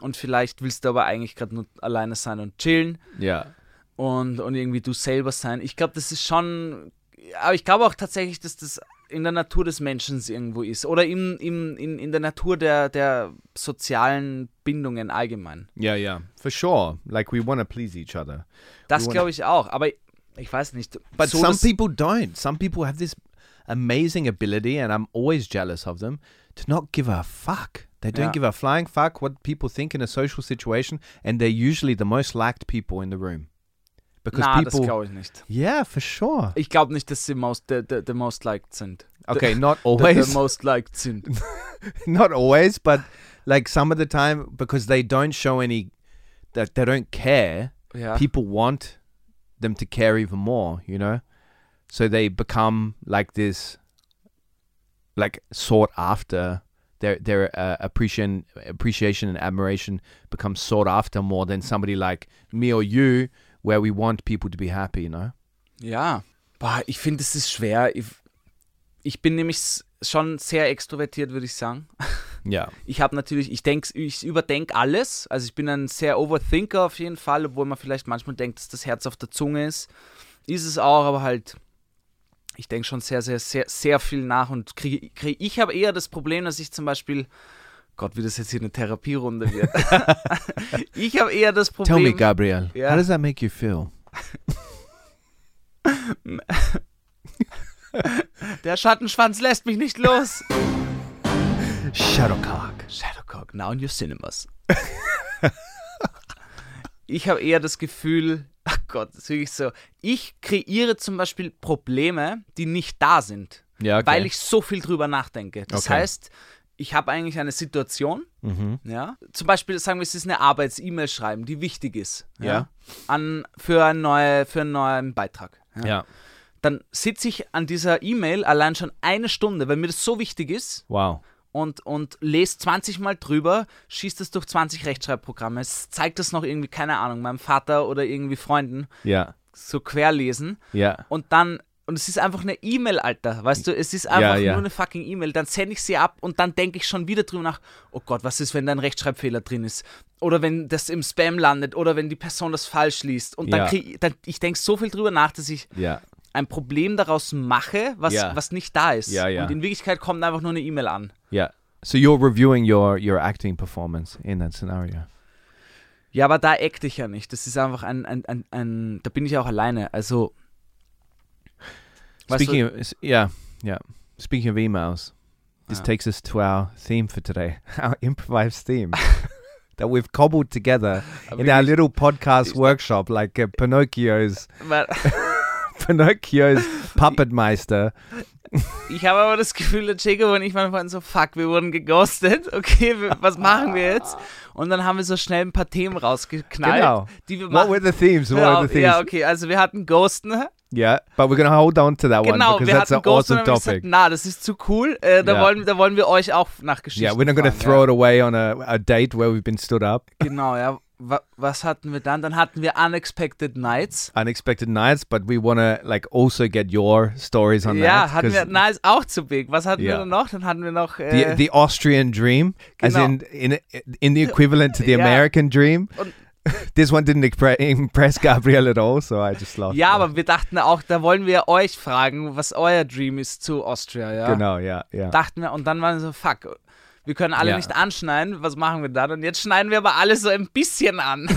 Speaker 3: und vielleicht willst du aber eigentlich gerade nur alleine sein und chillen
Speaker 2: Yeah.
Speaker 3: und, und irgendwie du selber sein. Ich glaube, das ist schon, aber ich glaube auch tatsächlich, dass das in der Natur des Menschen irgendwo ist oder im, im, in, in der Natur der, der sozialen Bindungen allgemein.
Speaker 2: Yeah, yeah, for sure. Like we want to please each other,
Speaker 3: Das
Speaker 2: wanna-
Speaker 3: glaube ich auch, aber ich weiß nicht.
Speaker 2: but
Speaker 3: so
Speaker 2: some
Speaker 3: das-
Speaker 2: people don't. Some people have this amazing ability, and I'm always jealous of them to not give a fuck. They don't
Speaker 3: Yeah.
Speaker 2: give a flying fuck what people think in a social situation, and they're usually the most liked people in the room because
Speaker 3: Na, das
Speaker 2: people.
Speaker 3: glaube ich nicht.
Speaker 2: Yeah, for sure.
Speaker 3: Ich glaube nicht, dass sie most, the, the, the most liked sind.
Speaker 2: Okay, not
Speaker 3: The,
Speaker 2: always,
Speaker 3: the most liked sind.
Speaker 2: not always, but like some of the time because they don't show any that they don't care.
Speaker 3: Ja.
Speaker 2: people want them to care even more, you know? So they become like this, like sought after. Their their uh, appreciation appreciation and admiration becomes sought after more than somebody like me or you, where we want people to be happy, you know.
Speaker 3: Ja, Boah, ich finde, es ist schwer. Ich, ich bin nämlich s- schon sehr extrovertiert, würde ich sagen.
Speaker 2: Yeah,
Speaker 3: ich habe natürlich, ich denke, ich überdenke alles. Also ich bin ein sehr Overthinker auf jeden Fall, obwohl man vielleicht manchmal denkt, dass das Herz auf der Zunge ist. Ist es auch, aber halt, ich denke schon sehr, sehr, sehr, sehr viel nach und kriege, krieg, ich habe eher das Problem, dass ich zum Beispiel, Gott, wie das jetzt hier eine Therapierunde wird. ich habe eher das Problem.
Speaker 2: tell me, Gabriel,
Speaker 3: Yeah.
Speaker 2: how does that make you feel?
Speaker 3: Der Schattenschwanz lässt mich nicht los.
Speaker 2: Shadowcock.
Speaker 3: Shadowcock, now in your cinemas. ich habe eher das Gefühl, ach Gott, das ist wirklich so. Ich kreiere zum Beispiel Probleme, die nicht da sind,
Speaker 2: Yeah, okay.
Speaker 3: weil ich so viel drüber nachdenke. Das
Speaker 2: Okay. Mhm.
Speaker 3: heißt, ich habe eigentlich eine Situation, ja, zum Beispiel sagen wir, es ist eine Arbeits-E-Mail schreiben, die wichtig ist,
Speaker 2: Ja.
Speaker 3: an, für, ein neue, für einen neuen Beitrag. Ja
Speaker 2: yeah.
Speaker 3: dann sitze ich an dieser E-Mail allein schon eine Stunde, weil mir das so wichtig ist
Speaker 2: Wow.
Speaker 3: und, und lese 20 Mal drüber, schießt es durch 20 Rechtschreibprogramme, es zeigt das noch irgendwie, keine Ahnung, meinem Vater oder irgendwie Freunden,
Speaker 2: Yeah.
Speaker 3: so querlesen
Speaker 2: Yeah.
Speaker 3: und dann, und es ist einfach eine E-Mail, Alter, weißt du, es ist einfach
Speaker 2: Ja, ja.
Speaker 3: nur eine fucking E-Mail, dann sende ich sie ab und dann denke ich schon wieder drüber nach, oh Gott, was ist, wenn da ein Rechtschreibfehler drin ist oder wenn das im Spam landet oder wenn die Person das falsch liest und dann
Speaker 2: Ja.
Speaker 3: krieg, dann, ich denke so viel drüber nach, dass ich
Speaker 2: Yeah.
Speaker 3: ein Problem daraus mache, was,
Speaker 2: Ja.
Speaker 3: was nicht da ist.
Speaker 2: Ja, ja.
Speaker 3: Und in Wirklichkeit kommt einfach nur eine E-Mail an.
Speaker 2: Yeah. So you're reviewing your your acting performance in that scenario.
Speaker 3: Ja, aber da eckte ich ja nicht. Das ist einfach ein, ein, ein, ein da bin ich ja auch alleine. Also, Weißt du-
Speaker 2: Speaking of, yeah, yeah. Speaking of emails, this
Speaker 3: Ah.
Speaker 2: takes us to our theme for today, our improvised theme that we've cobbled together in our little podcast workshop, like uh, Pinocchio's
Speaker 3: weil,
Speaker 2: Pinocchio's puppet meister.
Speaker 3: ich habe aber das Gefühl, der Jacob und ich waren vorhin so, fuck, wir wurden geghostet. Okay, wir, was machen wir jetzt? Und dann haben wir so schnell ein paar Themen rausgeknallt,
Speaker 2: Genau.
Speaker 3: die wir
Speaker 2: What were
Speaker 3: machen.
Speaker 2: the themes? What
Speaker 3: Ja,
Speaker 2: were the themes?
Speaker 3: ja, okay, also wir hatten Ghosten,
Speaker 2: Yeah, but we're gonna hold on to that
Speaker 3: Genau,
Speaker 2: one
Speaker 3: wir
Speaker 2: because that's
Speaker 3: hatten
Speaker 2: an
Speaker 3: Ghost und
Speaker 2: awesome
Speaker 3: haben gesagt,
Speaker 2: topic.
Speaker 3: na, das ist zu cool, äh, da,
Speaker 2: Ja.
Speaker 3: wollen, da wollen wir euch auch nach Geschichten
Speaker 2: Yeah, we're not gonna
Speaker 3: fragen,
Speaker 2: throw it away on a, a date where we've been stood up.
Speaker 3: ja. Genau, ja. Wa- Was hatten wir dann? Dann hatten wir Unexpected Nights.
Speaker 2: Unexpected nights, but we wanna like also get your stories on
Speaker 3: Ja,
Speaker 2: that.
Speaker 3: hatten
Speaker 2: 'cause
Speaker 3: wir, na, ist auch zu big. Was hatten
Speaker 2: Ja.
Speaker 3: wir dann noch? Dann hatten wir noch, äh,
Speaker 2: the the Austrian dream, as in
Speaker 3: Genau.
Speaker 2: in in the equivalent to the
Speaker 3: Yeah.
Speaker 2: American dream.
Speaker 3: Und-
Speaker 2: this one didn't impre- impress Gabriel at all, so I just laughed.
Speaker 3: ja, aber wir dachten auch, da wollen wir euch fragen, was euer Dream ist zu Austria, ja.
Speaker 2: genau, yeah, yeah.
Speaker 3: Dachten wir, und dann waren wir so, fuck, wir können alle
Speaker 2: Ja.
Speaker 3: nicht anschneiden, was machen wir dann? Und jetzt schneiden wir aber alle so ein bisschen an.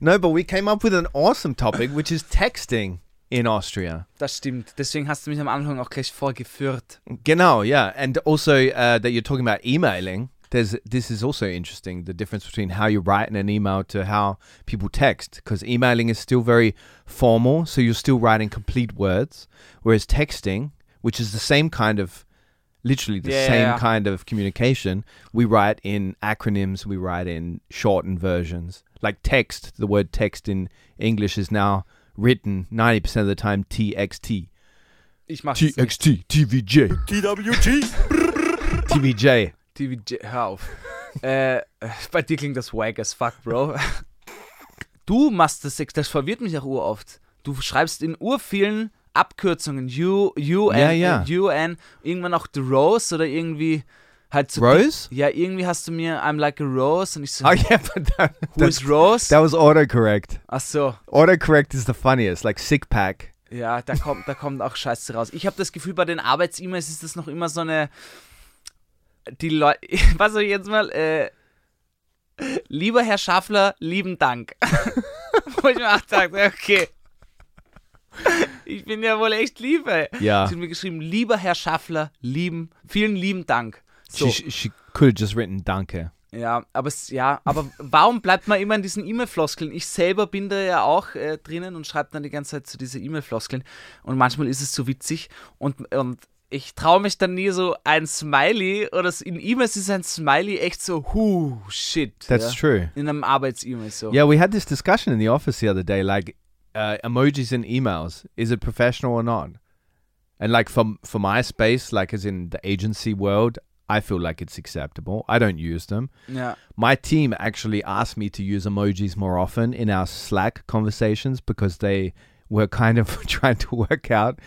Speaker 2: no, but we came up with an awesome topic, which is texting in Austria.
Speaker 3: Das stimmt, deswegen hast du mich am Anfang auch gleich vorgeführt.
Speaker 2: Genau, yeah, and also uh, that you're talking about emailing. There's this is also interesting the difference between how you write in an email to how people text because emailing is still very formal, so you're still writing complete words, whereas texting, which is the same kind of literally the
Speaker 3: Yeah,
Speaker 2: same
Speaker 3: yeah, yeah.
Speaker 2: kind of communication, we write in acronyms, we write in shortened versions. Like text, the word text in English is now written 90% of the time TXT.
Speaker 3: Ich mach's jetzt nicht.
Speaker 2: TXT, TVJ.
Speaker 4: TWG.
Speaker 2: TVJ.
Speaker 3: TVJ, hör auf. äh, bei dir klingt das wack as fuck, Bro. Du machst das, das verwirrt mich auch uroft. Du schreibst in urvielen Abkürzungen, U, UN,
Speaker 2: Ja, ja.
Speaker 3: äh, UN, irgendwann auch The Rose oder irgendwie halt so.
Speaker 2: Rose?
Speaker 3: Ja, irgendwie hast du mir I'm like a Rose und ich so,
Speaker 2: Oh yeah, but that,
Speaker 3: who is Rose?
Speaker 2: that was autocorrect.
Speaker 3: Ach so,
Speaker 2: Autocorrect is the funniest, like sick pack.
Speaker 3: ja, da kommt, da kommt auch Scheiße raus. Ich habe das Gefühl, bei den Arbeits-E-Mails ist das noch immer so eine. Die Leute, was soll ich jetzt mal, äh, lieber Herr Schaffler, lieben Dank. Wo ich mir auch dachte, okay. Ich bin ja wohl echt lieb, ey.
Speaker 2: Ja.
Speaker 3: Sie hat mir geschrieben, lieber Herr Schaffler, lieben, vielen lieben Dank. So,
Speaker 2: She, she could have just written Danke.
Speaker 3: ja, aber es, ja, aber warum bleibt man immer in diesen E-Mail-Floskeln? Ich selber bin da ja auch äh, drinnen und schreibe dann die ganze Zeit zu so diese E-Mail-Floskeln und manchmal ist es so witzig und, und ich traue mich dann nie so ein Smiley oder s- in E-Mails ist ein Smiley echt so, huh, shit.
Speaker 2: That's
Speaker 3: ja?
Speaker 2: true.
Speaker 3: In einem Arbeits-E-Mail so.
Speaker 2: Yeah, we had this discussion in the office the other day, like uh, emojis in emails. Is it professional or not? And like for for my space, like as in the agency world, I feel like it's acceptable. I don't use them.
Speaker 3: Ja.
Speaker 2: My team actually asked me to use emojis more often in our Slack conversations because they were kind of trying to work out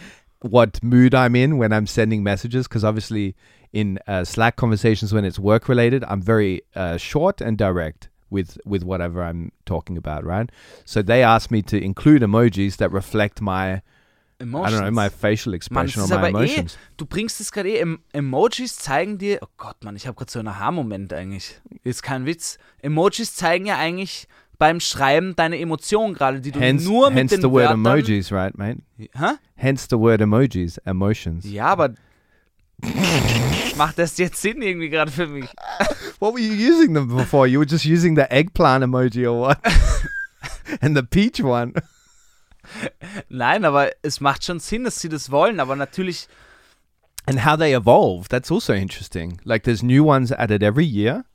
Speaker 2: what mood I'm in when I'm sending messages. Because obviously, in uh, Slack conversations, when it's work related, I'm very uh, short and direct with with whatever I'm talking about, right? So they asked me to include emojis that reflect my
Speaker 3: Emotions.
Speaker 2: I don't know my facial
Speaker 3: Mann,
Speaker 2: expression
Speaker 3: es ist
Speaker 2: or my
Speaker 3: aber eh,
Speaker 2: emotions.
Speaker 3: du bringst es gerade eh, em Emojis zeigen dir, oh Gott, Mann, ich habe gerade so einen Aha-Moment eigentlich. Ist kein Witz. Emojis zeigen ja eigentlich beim Schreiben deine Emotion gerade, die du
Speaker 2: Hence,
Speaker 3: nur mit
Speaker 2: hence
Speaker 3: den
Speaker 2: the word
Speaker 3: Wörtern,
Speaker 2: emojis, right, mate?
Speaker 3: Hä?
Speaker 2: Hence the word emojis, emotions.
Speaker 3: Ja, aber macht das jetzt Sinn irgendwie gerade für mich?
Speaker 2: What were you using them before? You were just using the eggplant emoji or what? and the peach one.
Speaker 3: Nein, aber es macht schon Sinn, dass sie das wollen, aber natürlich,
Speaker 2: And how they evolve. That's also interesting. Like there's new ones added every year.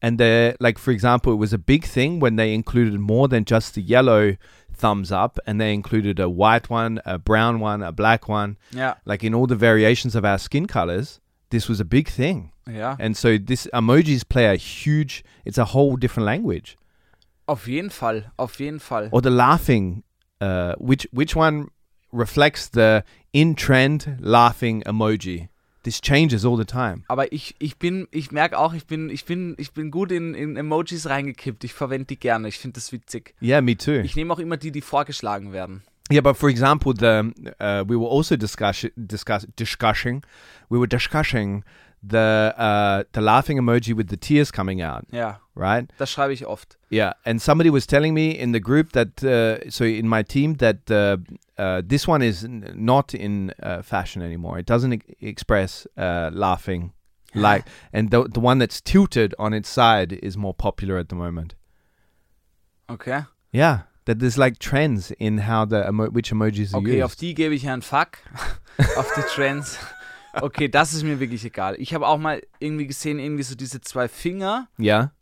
Speaker 2: And they're like, for example, it was a big thing when they included more than just the yellow thumbs up and they included a white one, a brown one, a black one.
Speaker 3: ja,
Speaker 2: Like in all the variations of our skin colors, this was a big thing.
Speaker 3: ja,
Speaker 2: And so this emojis play a huge it's a whole different language.
Speaker 3: auf jeden Fall, auf jeden Fall.
Speaker 2: or the laughing uh, which which one reflects the in trend laughing emoji this changes all the time
Speaker 3: Aber ich, ich bin, ich merke auch, ich bin, ich bin, ich bin gut in, in Emojis reingekippt. Ich verwende die gerne. Ich finde das witzig.
Speaker 2: yeah me too
Speaker 3: Ich nehme auch immer die, die vorgeschlagen werden.
Speaker 2: Yeah, but for example, the uh, we were also discuss, discuss, discussing, we were discussing the uh, the laughing emoji with the tears coming out,
Speaker 3: Ja,
Speaker 2: right?
Speaker 3: das schreibe ich oft.
Speaker 2: Yeah, and somebody was telling me in the group that uh, so in my team that uh, uh, this one is n- not in uh, fashion anymore. It doesn't e- express uh, laughing like, and the the one that's tilted on its side is more popular at the moment.
Speaker 3: Okay.
Speaker 2: Yeah, that there's like trends in how the emo- which emojis are
Speaker 3: Okay,
Speaker 2: used.
Speaker 3: auf die gebe ich einen Fuck. auf die Trends. Okay, das ist mir wirklich egal. Ich habe auch mal irgendwie gesehen, irgendwie so diese zwei Finger,
Speaker 2: yeah,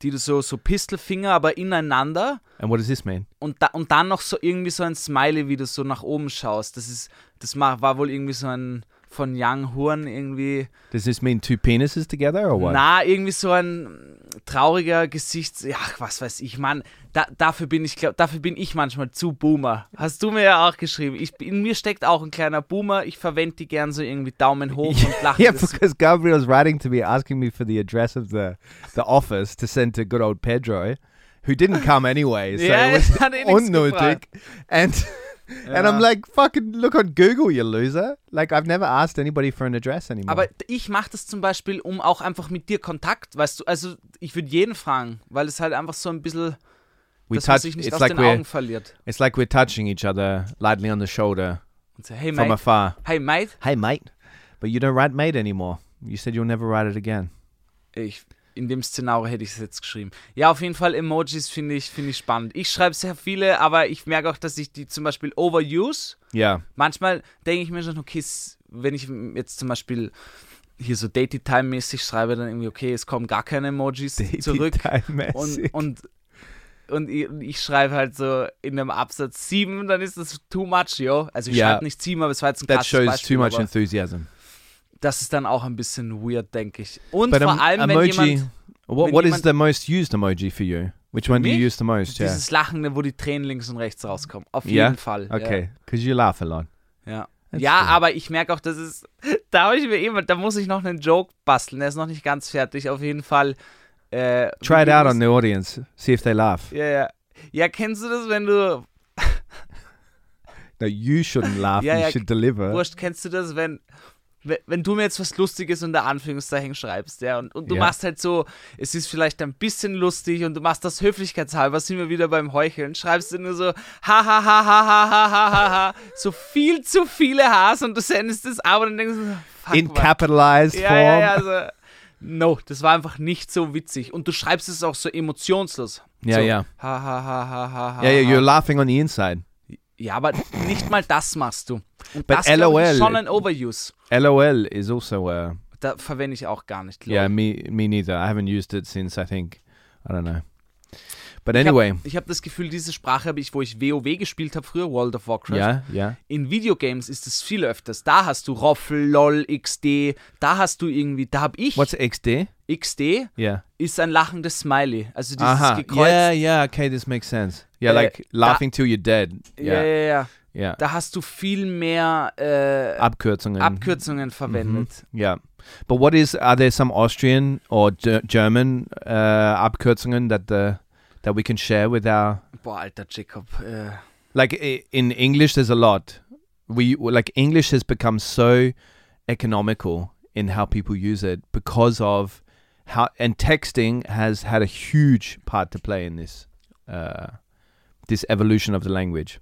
Speaker 3: die du so, so Pistelfinger, aber ineinander.
Speaker 2: and what does this mean?
Speaker 3: Und, da, und dann noch so irgendwie so ein Smiley, wie du so nach oben schaust. Das ist, das ma- war wohl irgendwie so ein von Young Horn irgendwie.
Speaker 2: Does this mean two penises together or what?
Speaker 3: Na, irgendwie so ein trauriger Gesichts. Ja, was weiß ich, Mann. Da, dafür bin ich, glaub, dafür bin ich manchmal zu Boomer. Hast du mir ja auch geschrieben. Ich, in mir steckt auch ein kleiner Boomer. Ich verwende die gern so irgendwie Daumen hoch und lache.
Speaker 2: Yeah,
Speaker 3: das-
Speaker 2: because Gabriel's writing to me asking me for the address of the the office to send to good old Pedro, who didn't come anyway. So
Speaker 3: Yeah,
Speaker 2: it was
Speaker 3: hat eh nix
Speaker 2: unnötig. And and I'm like, fucking look on Google, you loser. Like I've never asked anybody for an address anymore.
Speaker 3: Aber ich mache das zum Beispiel, um auch einfach mit dir Kontakt, weißt du, also ich würde jeden fragen, weil es halt einfach so ein bisschen,
Speaker 2: we
Speaker 3: dass man
Speaker 2: touch.
Speaker 3: sich nicht
Speaker 2: It's
Speaker 3: aus
Speaker 2: like
Speaker 3: den
Speaker 2: we're
Speaker 3: Augen verliert.
Speaker 2: it's like we're touching each other lightly on the shoulder
Speaker 3: Und so, hey
Speaker 2: from
Speaker 3: Mate,
Speaker 2: afar.
Speaker 3: hey Mate,
Speaker 2: Hey, mate. But you don't write mate anymore. You said you'll never write it again.
Speaker 3: Ich, in dem Szenario hätte ich es jetzt geschrieben. Ja, auf jeden Fall Emojis finde ich, finde ich spannend. Ich schreibe sehr viele, aber ich merke auch, dass ich die zum Beispiel overuse.
Speaker 2: Yeah.
Speaker 3: Manchmal denke ich mir schon, okay, s- wenn ich jetzt zum Beispiel hier so Dated Time mäßig schreibe, dann irgendwie, okay, es kommen gar keine Emojis zurück. Und, und, und ich, ich schreibe halt so in einem Absatz 7, dann ist das too much, yo. Also ich
Speaker 2: Ja.
Speaker 3: schreibe nicht 7, aber es war jetzt ein
Speaker 2: that
Speaker 3: krasses
Speaker 2: shows
Speaker 3: Beispiel,
Speaker 2: too much
Speaker 3: aber
Speaker 2: enthusiasm.
Speaker 3: Das ist dann auch ein bisschen weird, denke ich. Und
Speaker 2: But
Speaker 3: vor
Speaker 2: em-
Speaker 3: allem, wenn
Speaker 2: emoji.
Speaker 3: jemand...
Speaker 2: what
Speaker 3: wenn
Speaker 2: what is
Speaker 3: jemand-
Speaker 2: the most used emoji for you? Which one do you
Speaker 3: mich?
Speaker 2: use the most? Yeah.
Speaker 3: Dieses Lachende, wo die Tränen links und rechts rauskommen. Auf
Speaker 2: Yeah?
Speaker 3: jeden Fall.
Speaker 2: Okay. Because you laugh a lot.
Speaker 3: Ja, ja.
Speaker 2: That's
Speaker 3: ja
Speaker 2: true.
Speaker 3: aber ich merke auch, das ist. Da habe ich mir eben, da muss ich noch einen Joke basteln. Der ist noch nicht ganz fertig. Auf jeden Fall. Äh,
Speaker 2: Try
Speaker 3: wie
Speaker 2: it
Speaker 3: ging
Speaker 2: out
Speaker 3: das?
Speaker 2: on the audience. See if they laugh.
Speaker 3: Ja, ja. Ja, kennst du das, wenn du.
Speaker 2: No, you shouldn't laugh.
Speaker 3: Yeah,
Speaker 2: you
Speaker 3: yeah,
Speaker 2: should deliver.
Speaker 3: Wurscht, kennst du das, wenn. wenn- Wenn du mir jetzt was Lustiges unter Anführungszeichen schreibst, ja, und, und du
Speaker 2: Ja.
Speaker 3: machst halt so, es ist vielleicht ein bisschen lustig und du machst das höflichkeitshalber, sind wir wieder beim Heucheln, schreibst du nur so, ha ha ha ha ha ha ha ha, ha, so viel zu viele Ha's und du sendest es ab und dann denkst du, so, fuck,
Speaker 2: In
Speaker 3: Mann.
Speaker 2: capitalized
Speaker 3: Ja,
Speaker 2: form.
Speaker 3: ja, ja, also, no, das war einfach nicht so witzig. Und du schreibst es auch so emotionslos.
Speaker 2: Ja,
Speaker 3: so, uh-huh.
Speaker 2: ja.
Speaker 3: Ha, ha, ha, ha, ha, ha,
Speaker 2: Yeah, yeah,
Speaker 3: ha.
Speaker 2: you're laughing on the inside.
Speaker 3: ja, aber nicht mal das machst du. Und
Speaker 2: But
Speaker 3: das glaub ich,
Speaker 2: LOL.
Speaker 3: ist schon ein Overuse.
Speaker 2: LOL is also uh,
Speaker 3: Da verwende ich auch gar nicht.
Speaker 2: yeah,
Speaker 3: lol.
Speaker 2: me me neither. I haven't used it since I think I don't know. But
Speaker 3: Ich hab-
Speaker 2: anyway,
Speaker 3: Ich habe hab das Gefühl, diese Sprache habe ich, wo ich WoW gespielt habe früher, World of Warcraft.
Speaker 2: yeah, yeah.
Speaker 3: In Videogames ist es viel öfters. Da hast du Roffel, LOL, XD. Da hast du irgendwie, da habe ich.
Speaker 2: What's XD?
Speaker 3: XD
Speaker 2: Yeah.
Speaker 3: ist ein lachendes Smiley. Also dieses
Speaker 2: Aha.
Speaker 3: gekreuzte.
Speaker 2: Yeah, yeah. Okay, this makes sense. Yeah,
Speaker 3: Uh,
Speaker 2: like
Speaker 3: da-
Speaker 2: laughing till you're dead.
Speaker 3: ja,
Speaker 2: Yeah,
Speaker 3: ja, ja.
Speaker 2: yeah.
Speaker 3: Da hast du viel mehr äh,
Speaker 2: Abkürzungen.
Speaker 3: Abkürzungen verwendet.
Speaker 2: yeah. But what is? Are there some Austrian or Ger- German uh, Abkürzungen that the that we can share with our
Speaker 3: Boah, alter Jacob. Äh,
Speaker 2: like i- in English? There's a lot. We like English has become so economical in how people use it because of how and texting has had a huge part to play in this uh, this evolution of the language.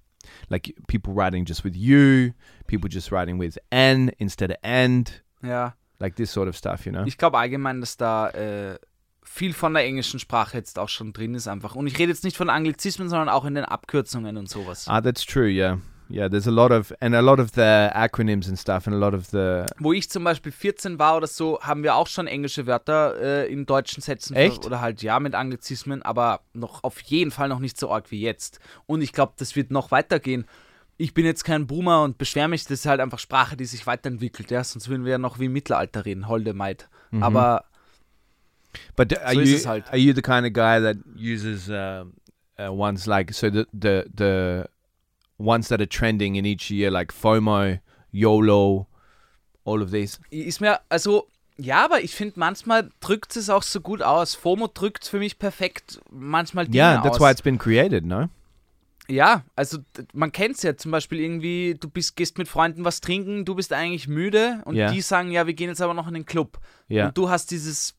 Speaker 2: Like people writing just with you, people just writing with n instead of and,
Speaker 3: ja.
Speaker 2: like this sort of stuff, you know.
Speaker 3: Ich glaube allgemein, dass da äh, viel von der englischen Sprache jetzt auch schon drin ist einfach. Und ich rede jetzt nicht von Anglizismen, sondern auch in den Abkürzungen und sowas.
Speaker 2: Ah, that's true. Yeah, yeah. There's a lot of and a lot of the acronyms and stuff, and a lot of the
Speaker 3: Wo ich zum Beispiel 14 war oder so, haben wir auch schon englische Wörter äh, in deutschen Sätzen. ver-
Speaker 2: Echt?
Speaker 3: Oder halt ja mit Anglizismen, aber noch auf jeden Fall noch nicht so arg wie jetzt. Und ich glaube, das wird noch weitergehen. Ich bin jetzt kein Boomer und beschwere mich, das ist halt einfach Sprache, die sich weiterentwickelt, ja. Sonst würden wir ja noch wie im Mittelalter reden, holde Maid.
Speaker 2: Mhm.
Speaker 3: Aber
Speaker 2: But d- are
Speaker 3: So is
Speaker 2: you
Speaker 3: this halt.
Speaker 2: are you the kind of guy that uses um uh, ones like so the the the ones that are trending in each year like FOMO, YOLO, all of these?
Speaker 3: ist mir, also, ja, aber ich finde, manchmal drückt es auch so gut aus. FOMO drückt für mich perfekt manchmal Dinge
Speaker 2: Yeah, that's
Speaker 3: aus.
Speaker 2: why it's been created. No,
Speaker 3: Ja, also d- man kennt es ja zum Beispiel irgendwie, du bist, gehst mit Freunden was trinken, du bist eigentlich müde und
Speaker 2: Ja.
Speaker 3: die sagen, ja, wir gehen jetzt aber noch in den Club.
Speaker 2: Ja.
Speaker 3: Und du hast dieses,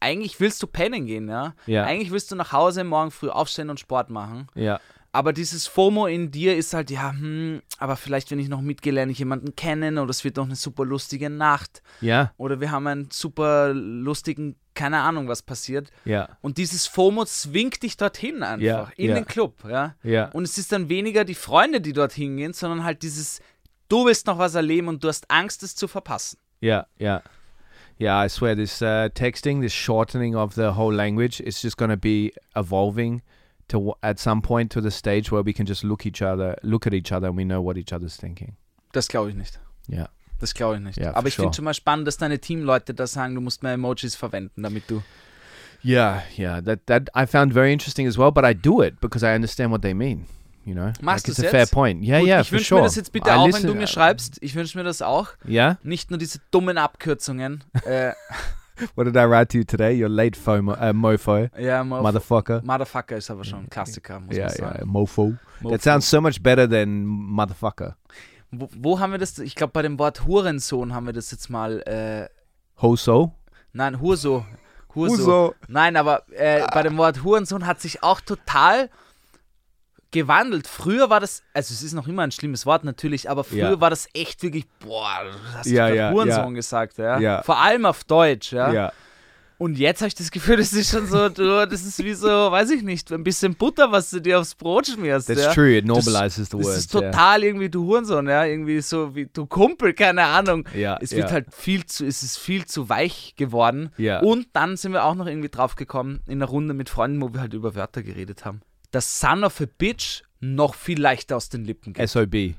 Speaker 3: eigentlich willst du pennen gehen, ja?
Speaker 2: Ja.
Speaker 3: Eigentlich willst du nach Hause morgen früh aufstehen und Sport machen.
Speaker 2: Ja.
Speaker 3: Aber dieses FOMO in dir ist halt, ja, hm, aber vielleicht, wenn ich noch mitgehe, lerne ich jemanden kennen oder es wird noch eine super lustige Nacht
Speaker 2: Ja.
Speaker 3: oder wir haben einen super lustigen, keine Ahnung, was passiert.
Speaker 2: Ja.
Speaker 3: Und dieses FOMO zwingt dich dorthin einfach,
Speaker 2: Ja,
Speaker 3: in
Speaker 2: ja.
Speaker 3: den Club, ja.
Speaker 2: Ja.
Speaker 3: Und es ist dann weniger die Freunde, die dorthin gehen, sondern halt dieses, du willst noch was erleben und du hast Angst, es zu verpassen.
Speaker 2: Yeah, yeah. Yeah, I swear this uh, texting, this shortening of the whole language, it's just going to be evolving to w- at some point to the stage where we can just look each other, look at each other and we know what each other's thinking.
Speaker 3: Das glaube ich nicht.
Speaker 2: Yeah.
Speaker 3: Das glaube ich nicht.
Speaker 2: Ja, for
Speaker 3: Aber ich
Speaker 2: sure.
Speaker 3: finde schon mal spannend, dass deine Teamleute da sagen, du musst mehr Emojis verwenden, damit du.
Speaker 2: Yeah, yeah. That that I found very interesting as well, but I do it because I understand what they mean, you know.
Speaker 3: Machst
Speaker 2: like, it's
Speaker 3: du's
Speaker 2: a fair
Speaker 3: jetzt?
Speaker 2: point. Yeah,
Speaker 3: Gut,
Speaker 2: yeah,
Speaker 3: ich
Speaker 2: for
Speaker 3: wünsche
Speaker 2: sure.
Speaker 3: mir das jetzt bitte
Speaker 2: I
Speaker 3: auch, wenn
Speaker 2: listen-
Speaker 3: du mir schreibst. Ich wünsche mir das auch.
Speaker 2: Yeah?
Speaker 3: Nicht nur diese dummen Abkürzungen. äh,
Speaker 2: What did I write to you today? You're late FOMO, uh, mofo,
Speaker 3: ja, Mo-
Speaker 2: motherfucker.
Speaker 3: Motherfucker ist aber schon ein Klassiker, muss
Speaker 2: Yeah,
Speaker 3: man sagen.
Speaker 2: yeah, mofo.
Speaker 3: Mofo.
Speaker 2: That sounds so much better than motherfucker.
Speaker 3: Wo, wo haben wir das? Ich glaube, bei dem Wort Hurensohn haben wir das jetzt mal. Äh,
Speaker 2: Hoso.
Speaker 3: nein, Hurso. Hurso.
Speaker 2: Hurso.
Speaker 3: Nein, aber äh, bei dem Wort Hurensohn hat sich auch total gewandelt. Früher war das, also es ist noch immer ein schlimmes Wort natürlich, aber früher
Speaker 2: Ja.
Speaker 3: war das echt wirklich, boah, du hast
Speaker 2: Ja,
Speaker 3: ja,
Speaker 2: ja,
Speaker 3: Hurensohn
Speaker 2: ja.
Speaker 3: gesagt, ja?
Speaker 2: Ja.
Speaker 3: Vor allem auf Deutsch, ja.
Speaker 2: Yeah.
Speaker 3: Und jetzt habe ich das Gefühl, das ist schon so, du, das ist wie so, weiß ich nicht, ein bisschen Butter, was du dir aufs Brot schmierst.
Speaker 2: That's
Speaker 3: ja.
Speaker 2: true. It normalizes the
Speaker 3: Das
Speaker 2: words.
Speaker 3: ist
Speaker 2: yeah.
Speaker 3: total irgendwie du Hurensohn, ja, irgendwie so wie du Kumpel, keine Ahnung.
Speaker 2: Ja,
Speaker 3: es wird
Speaker 2: ja.
Speaker 3: halt viel zu, es ist viel zu weich geworden.
Speaker 2: Ja.
Speaker 3: Und dann sind wir auch noch irgendwie draufgekommen in einer Runde mit Freunden, wo wir halt über Wörter geredet haben. Das Son of a Bitch noch viel leichter aus den Lippen geht.
Speaker 2: Sob.
Speaker 3: ja,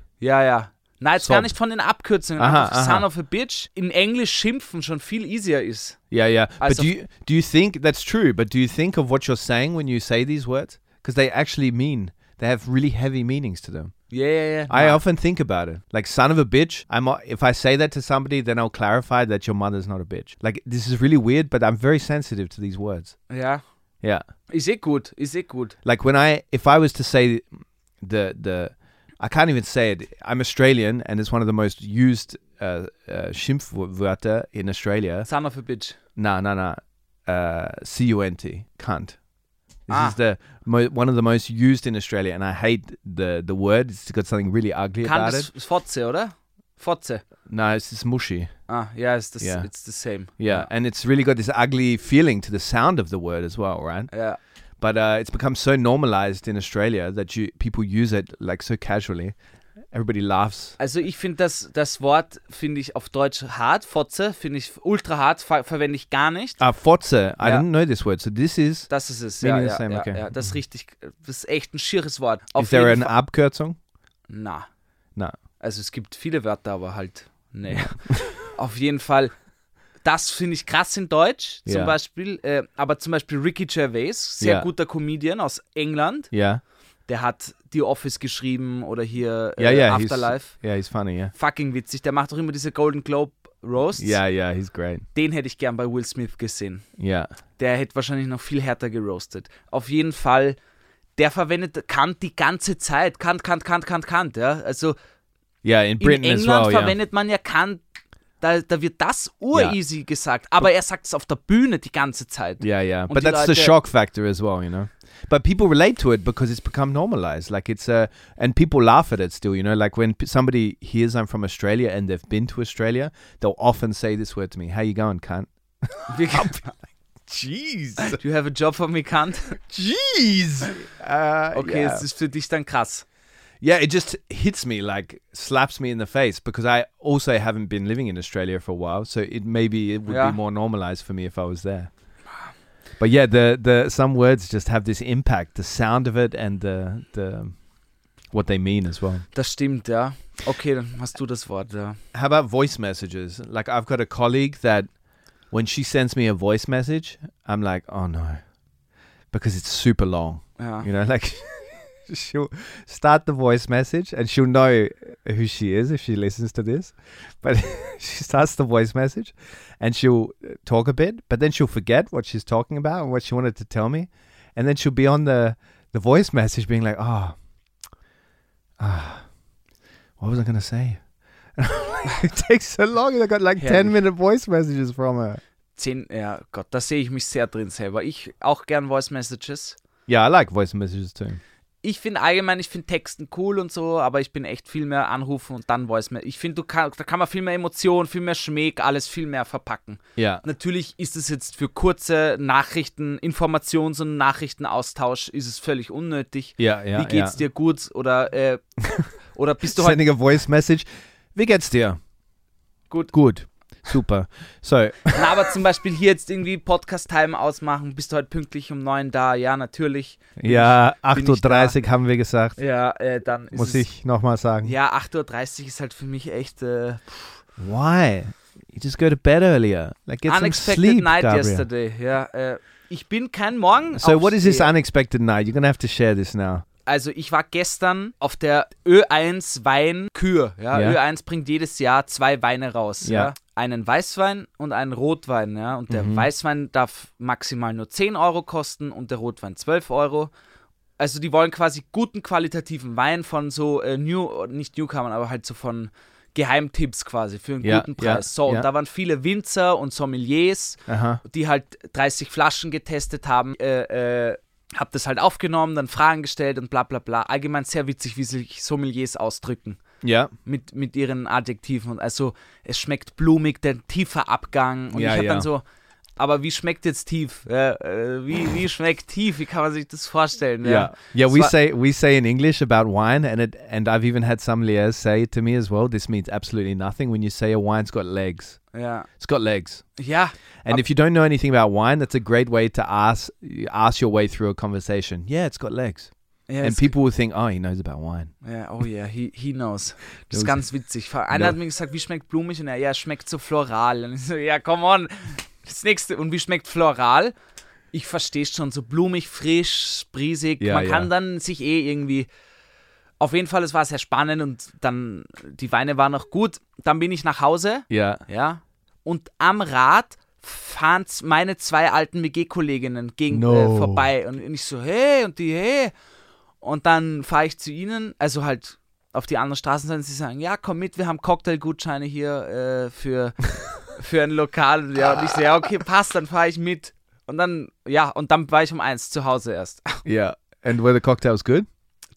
Speaker 3: ja. Nein, jetzt
Speaker 2: So.
Speaker 3: gar nicht von den Abkürzungen.
Speaker 2: Aha,
Speaker 3: einfach
Speaker 2: aha.
Speaker 3: Son of a Bitch in Englisch schimpfen schon viel easier ist.
Speaker 2: Yeah, yeah.
Speaker 3: As
Speaker 2: But do
Speaker 3: of-
Speaker 2: you do you think that's true? But do you think of what you're saying when you say these words? Because they actually mean they have really heavy meanings to them.
Speaker 3: Ja, ja, ja.
Speaker 2: I often think about it. Like son of a bitch. I'm o- if I say that to somebody, then I'll clarify that your mother's not a bitch. Like this is really weird, but I'm very sensitive to these words.
Speaker 3: Ja.
Speaker 2: Yeah.
Speaker 3: Ist eh gut, ist eh gut.
Speaker 2: Like when I if I was to say the the I can't even say it. I'm Australian, and it's one of the most used uh, uh, schimpfwörter in Australia.
Speaker 3: Son of a Bitch.
Speaker 2: No, no, no. Uh, C-U-N-T, cunt. This
Speaker 3: Ah.
Speaker 2: is the mo- one of the most used in Australia, and I hate the the word. It's got something really ugly
Speaker 3: Kann
Speaker 2: about
Speaker 3: das
Speaker 2: it.
Speaker 3: Fotze, oder? Fotze.
Speaker 2: No, it's just mushy.
Speaker 3: Ah, ja, it's the,
Speaker 2: Ja.
Speaker 3: it's the same.
Speaker 2: Yeah, and it's really got this ugly feeling to the sound of the word as well, right?
Speaker 3: Ja.
Speaker 2: But uh, it's become so normalized in Australia that you people use it like so casually. Everybody laughs.
Speaker 3: Also ich finde das, das Wort, finde ich auf Deutsch hart, Fotze, finde ich ultra hart, ver verwende ich gar nicht.
Speaker 2: Ah, Fotze. I
Speaker 3: Ja.
Speaker 2: didn't know this word. So this is.
Speaker 3: Das ist es, ja,
Speaker 2: Meaning the
Speaker 3: ja,
Speaker 2: same,
Speaker 3: ja,
Speaker 2: okay. Mhm.
Speaker 3: ja, das ist richtig, das ist echt ein schieres Wort.
Speaker 2: is there an
Speaker 3: Fall,
Speaker 2: Abkürzung?
Speaker 3: na,
Speaker 2: No.
Speaker 3: also es gibt viele Wörter, aber halt, nee. auf jeden Fall, das finde ich krass in Deutsch, zum
Speaker 2: Ja.
Speaker 3: Beispiel, äh, aber zum Beispiel Ricky Gervais, sehr
Speaker 2: Ja.
Speaker 3: guter Comedian aus England,
Speaker 2: Yeah.
Speaker 3: der hat The Office geschrieben oder hier
Speaker 2: Yeah,
Speaker 3: äh,
Speaker 2: yeah. he's-
Speaker 3: Afterlife.
Speaker 2: yeah, he's funny. Yeah.
Speaker 3: Fucking witzig, der macht auch immer diese Golden Globe Roasts.
Speaker 2: Yeah, yeah. He's great.
Speaker 3: Den hätte ich gern bei Will Smith gesehen.
Speaker 2: Yeah.
Speaker 3: Der hätte wahrscheinlich noch viel härter geroastet. Auf jeden Fall, der verwendet Kant die ganze Zeit. Kant, Kant, Kant, Kant, Kant. Ja? Also
Speaker 2: Yeah, in
Speaker 3: in
Speaker 2: Britain
Speaker 3: England
Speaker 2: as well. Yeah.
Speaker 3: verwendet man ja Kant, da, da wird das ureasy gesagt. Aber er sagt es auf der Bühne die ganze Zeit.
Speaker 2: Yeah, yeah.
Speaker 3: Und
Speaker 2: But
Speaker 3: die
Speaker 2: that's the
Speaker 3: Leute-
Speaker 2: shock factor as well, you know. But people relate to it because it's become normalized. Like it's uh, and people laugh at it still, you know. Like when p- somebody hears I'm from Australia and they've been to Australia, they'll often say this word to me: "How you going, cunt?" Jeez,
Speaker 3: Do you have a job for me, Kant?
Speaker 2: jeez. Uh,
Speaker 3: Okay,
Speaker 2: yeah.
Speaker 3: es ist für dich dann krass.
Speaker 2: yeah, it just hits me like slaps me in the face because I also haven't been living in Australia for a while, so it maybe it would
Speaker 3: Yeah.
Speaker 2: be more normalized for me if I was there. But yeah, the the some words just have this impact, the sound of it and the the what they mean as well.
Speaker 3: Das stimmt, ja. Okay, dann hast du das Wort, ja.
Speaker 2: How about voice messages? Like I've got a colleague that when she sends me a voice message, I'm like, "Oh no." Because it's super long.
Speaker 3: ja.
Speaker 2: You know, like she'll start the voice message and she'll know who she is if she listens to this. But she starts the voice message and she'll talk a bit, but then she'll forget what she's talking about and what she wanted to tell me. And then she'll be on the, the voice message being like, oh, what was I going to say? it takes so long. and I got like 10 minute voice messages from her.
Speaker 3: Zehn, ja Gott, da sehe ich mich sehr drin selber. Ich auch gern Voice Messages.
Speaker 2: Yeah, I like voice messages too.
Speaker 3: Ich finde allgemein, ich finde Texten cool und so, aber ich bin echt viel mehr anrufen und dann Voice Message. Ich finde, du kann, da kann man viel mehr Emotionen, viel mehr Schmäck, alles viel mehr verpacken.
Speaker 2: Ja.
Speaker 3: Natürlich ist es jetzt für kurze Nachrichten, Informations- und Nachrichtenaustausch ist es völlig unnötig.
Speaker 2: Ja, ja,
Speaker 3: Wie geht's
Speaker 2: ja.
Speaker 3: dir gut? Oder, äh, oder bist du heute
Speaker 2: Sending a voice message. Wie geht's dir?
Speaker 3: Gut.
Speaker 2: Gut. Super. So,
Speaker 3: Na, aber zum Beispiel hier jetzt irgendwie Podcast-Time ausmachen, bist du heute pünktlich um neun da? Ja, natürlich.
Speaker 2: ja,
Speaker 3: Bin ich da?
Speaker 2: 8.30 Uhr haben wir gesagt.
Speaker 3: Ja, äh, dann ist
Speaker 2: Muss
Speaker 3: es,
Speaker 2: ich nochmal sagen.
Speaker 3: Ja, 8.30 Uhr ist halt für mich echt äh,
Speaker 2: Why? You just go to bed earlier. Like get some
Speaker 3: unexpected
Speaker 2: sleep,
Speaker 3: night
Speaker 2: Gabriel.
Speaker 3: yesterday. Oh, Ja, äh, ich bin kein Morgen.
Speaker 2: So what is this
Speaker 3: Aufsteher.
Speaker 2: unexpected night? You're gonna have to share this now.
Speaker 3: Also ich war gestern auf der Ö1 Weinkür. Ja,
Speaker 2: Ja.
Speaker 3: Ö1 bringt jedes Jahr zwei Weine
Speaker 2: Ja.
Speaker 3: raus.
Speaker 2: Mhm.
Speaker 3: Ja. Einen Weißwein und einen Rotwein. Ja. Und der Weißwein darf maximal nur 10 Euro kosten und der Rotwein 12 Euro. Also die wollen quasi guten qualitativen Wein von so äh, New, nicht Newcomern, aber halt so von Geheimtipps quasi für einen
Speaker 2: Ja,
Speaker 3: guten Preis.
Speaker 2: ja,
Speaker 3: so,
Speaker 2: ja.
Speaker 3: und da waren viele Winzer und Sommeliers
Speaker 2: Aha.
Speaker 3: die halt 30 Flaschen getestet haben, äh, äh, hab das halt aufgenommen, dann Fragen gestellt und bla bla bla. Allgemein sehr witzig, wie sich Sommeliers ausdrücken
Speaker 2: Ja.
Speaker 3: mit, mit ihren Adjektiven. Und also es schmeckt blumig, der tiefer Abgang. Und
Speaker 2: Ja,
Speaker 3: ich habe
Speaker 2: ja.
Speaker 3: dann so, aber wie schmeckt jetzt tief? Äh, äh, wie, wie schmeckt tief? Wie kann man sich das vorstellen?
Speaker 2: Yeah. Yeah,
Speaker 3: Es
Speaker 2: we
Speaker 3: war-
Speaker 2: say we say in English about wine and it and I've even had some liers say it to me as well. This means absolutely nothing when you say a wine's got legs.
Speaker 3: Ja.
Speaker 2: It's got legs.
Speaker 3: ja.
Speaker 2: And if you don't know anything about wine, that's a great way to ask ask your way through a conversation. Yeah, it's got legs.
Speaker 3: Ja,
Speaker 2: and
Speaker 3: es-
Speaker 2: people will think, "Oh, he knows about wine."
Speaker 3: Ja, oh ja, yeah, he, he knows. Das
Speaker 2: Knows.
Speaker 3: ist ganz witzig.
Speaker 2: No.
Speaker 3: Einer hat mir gesagt, wie schmeckt blumig? Und er, ja, schmeckt so floral. Und ich so, ja, come on. Das nächste. Und wie schmeckt floral? Ich verstehe schon, so blumig, frisch, brisig.
Speaker 2: Ja,
Speaker 3: Man
Speaker 2: ja.
Speaker 3: kann dann sich eh irgendwie. Auf jeden Fall, es war sehr spannend und dann, die Weine waren auch gut. Dann bin ich nach Hause,
Speaker 2: Yeah.
Speaker 3: ja, und am Rad fahren z- meine zwei alten WG-Kolleginnen gegen
Speaker 2: No.
Speaker 3: äh, vorbei. Und ich so, hey, und die, hey. Und dann fahre ich zu ihnen, also halt auf die andere Straßenseite, sie sagen, ja, komm mit, wir haben Cocktailgutscheine hier äh, für, für ein Lokal. Ja, und ich so, ja, okay, passt, dann fahre ich mit. Und dann, ja, und dann war ich um eins zu Hause erst.
Speaker 2: Yeah. Uh, And were the cocktails good?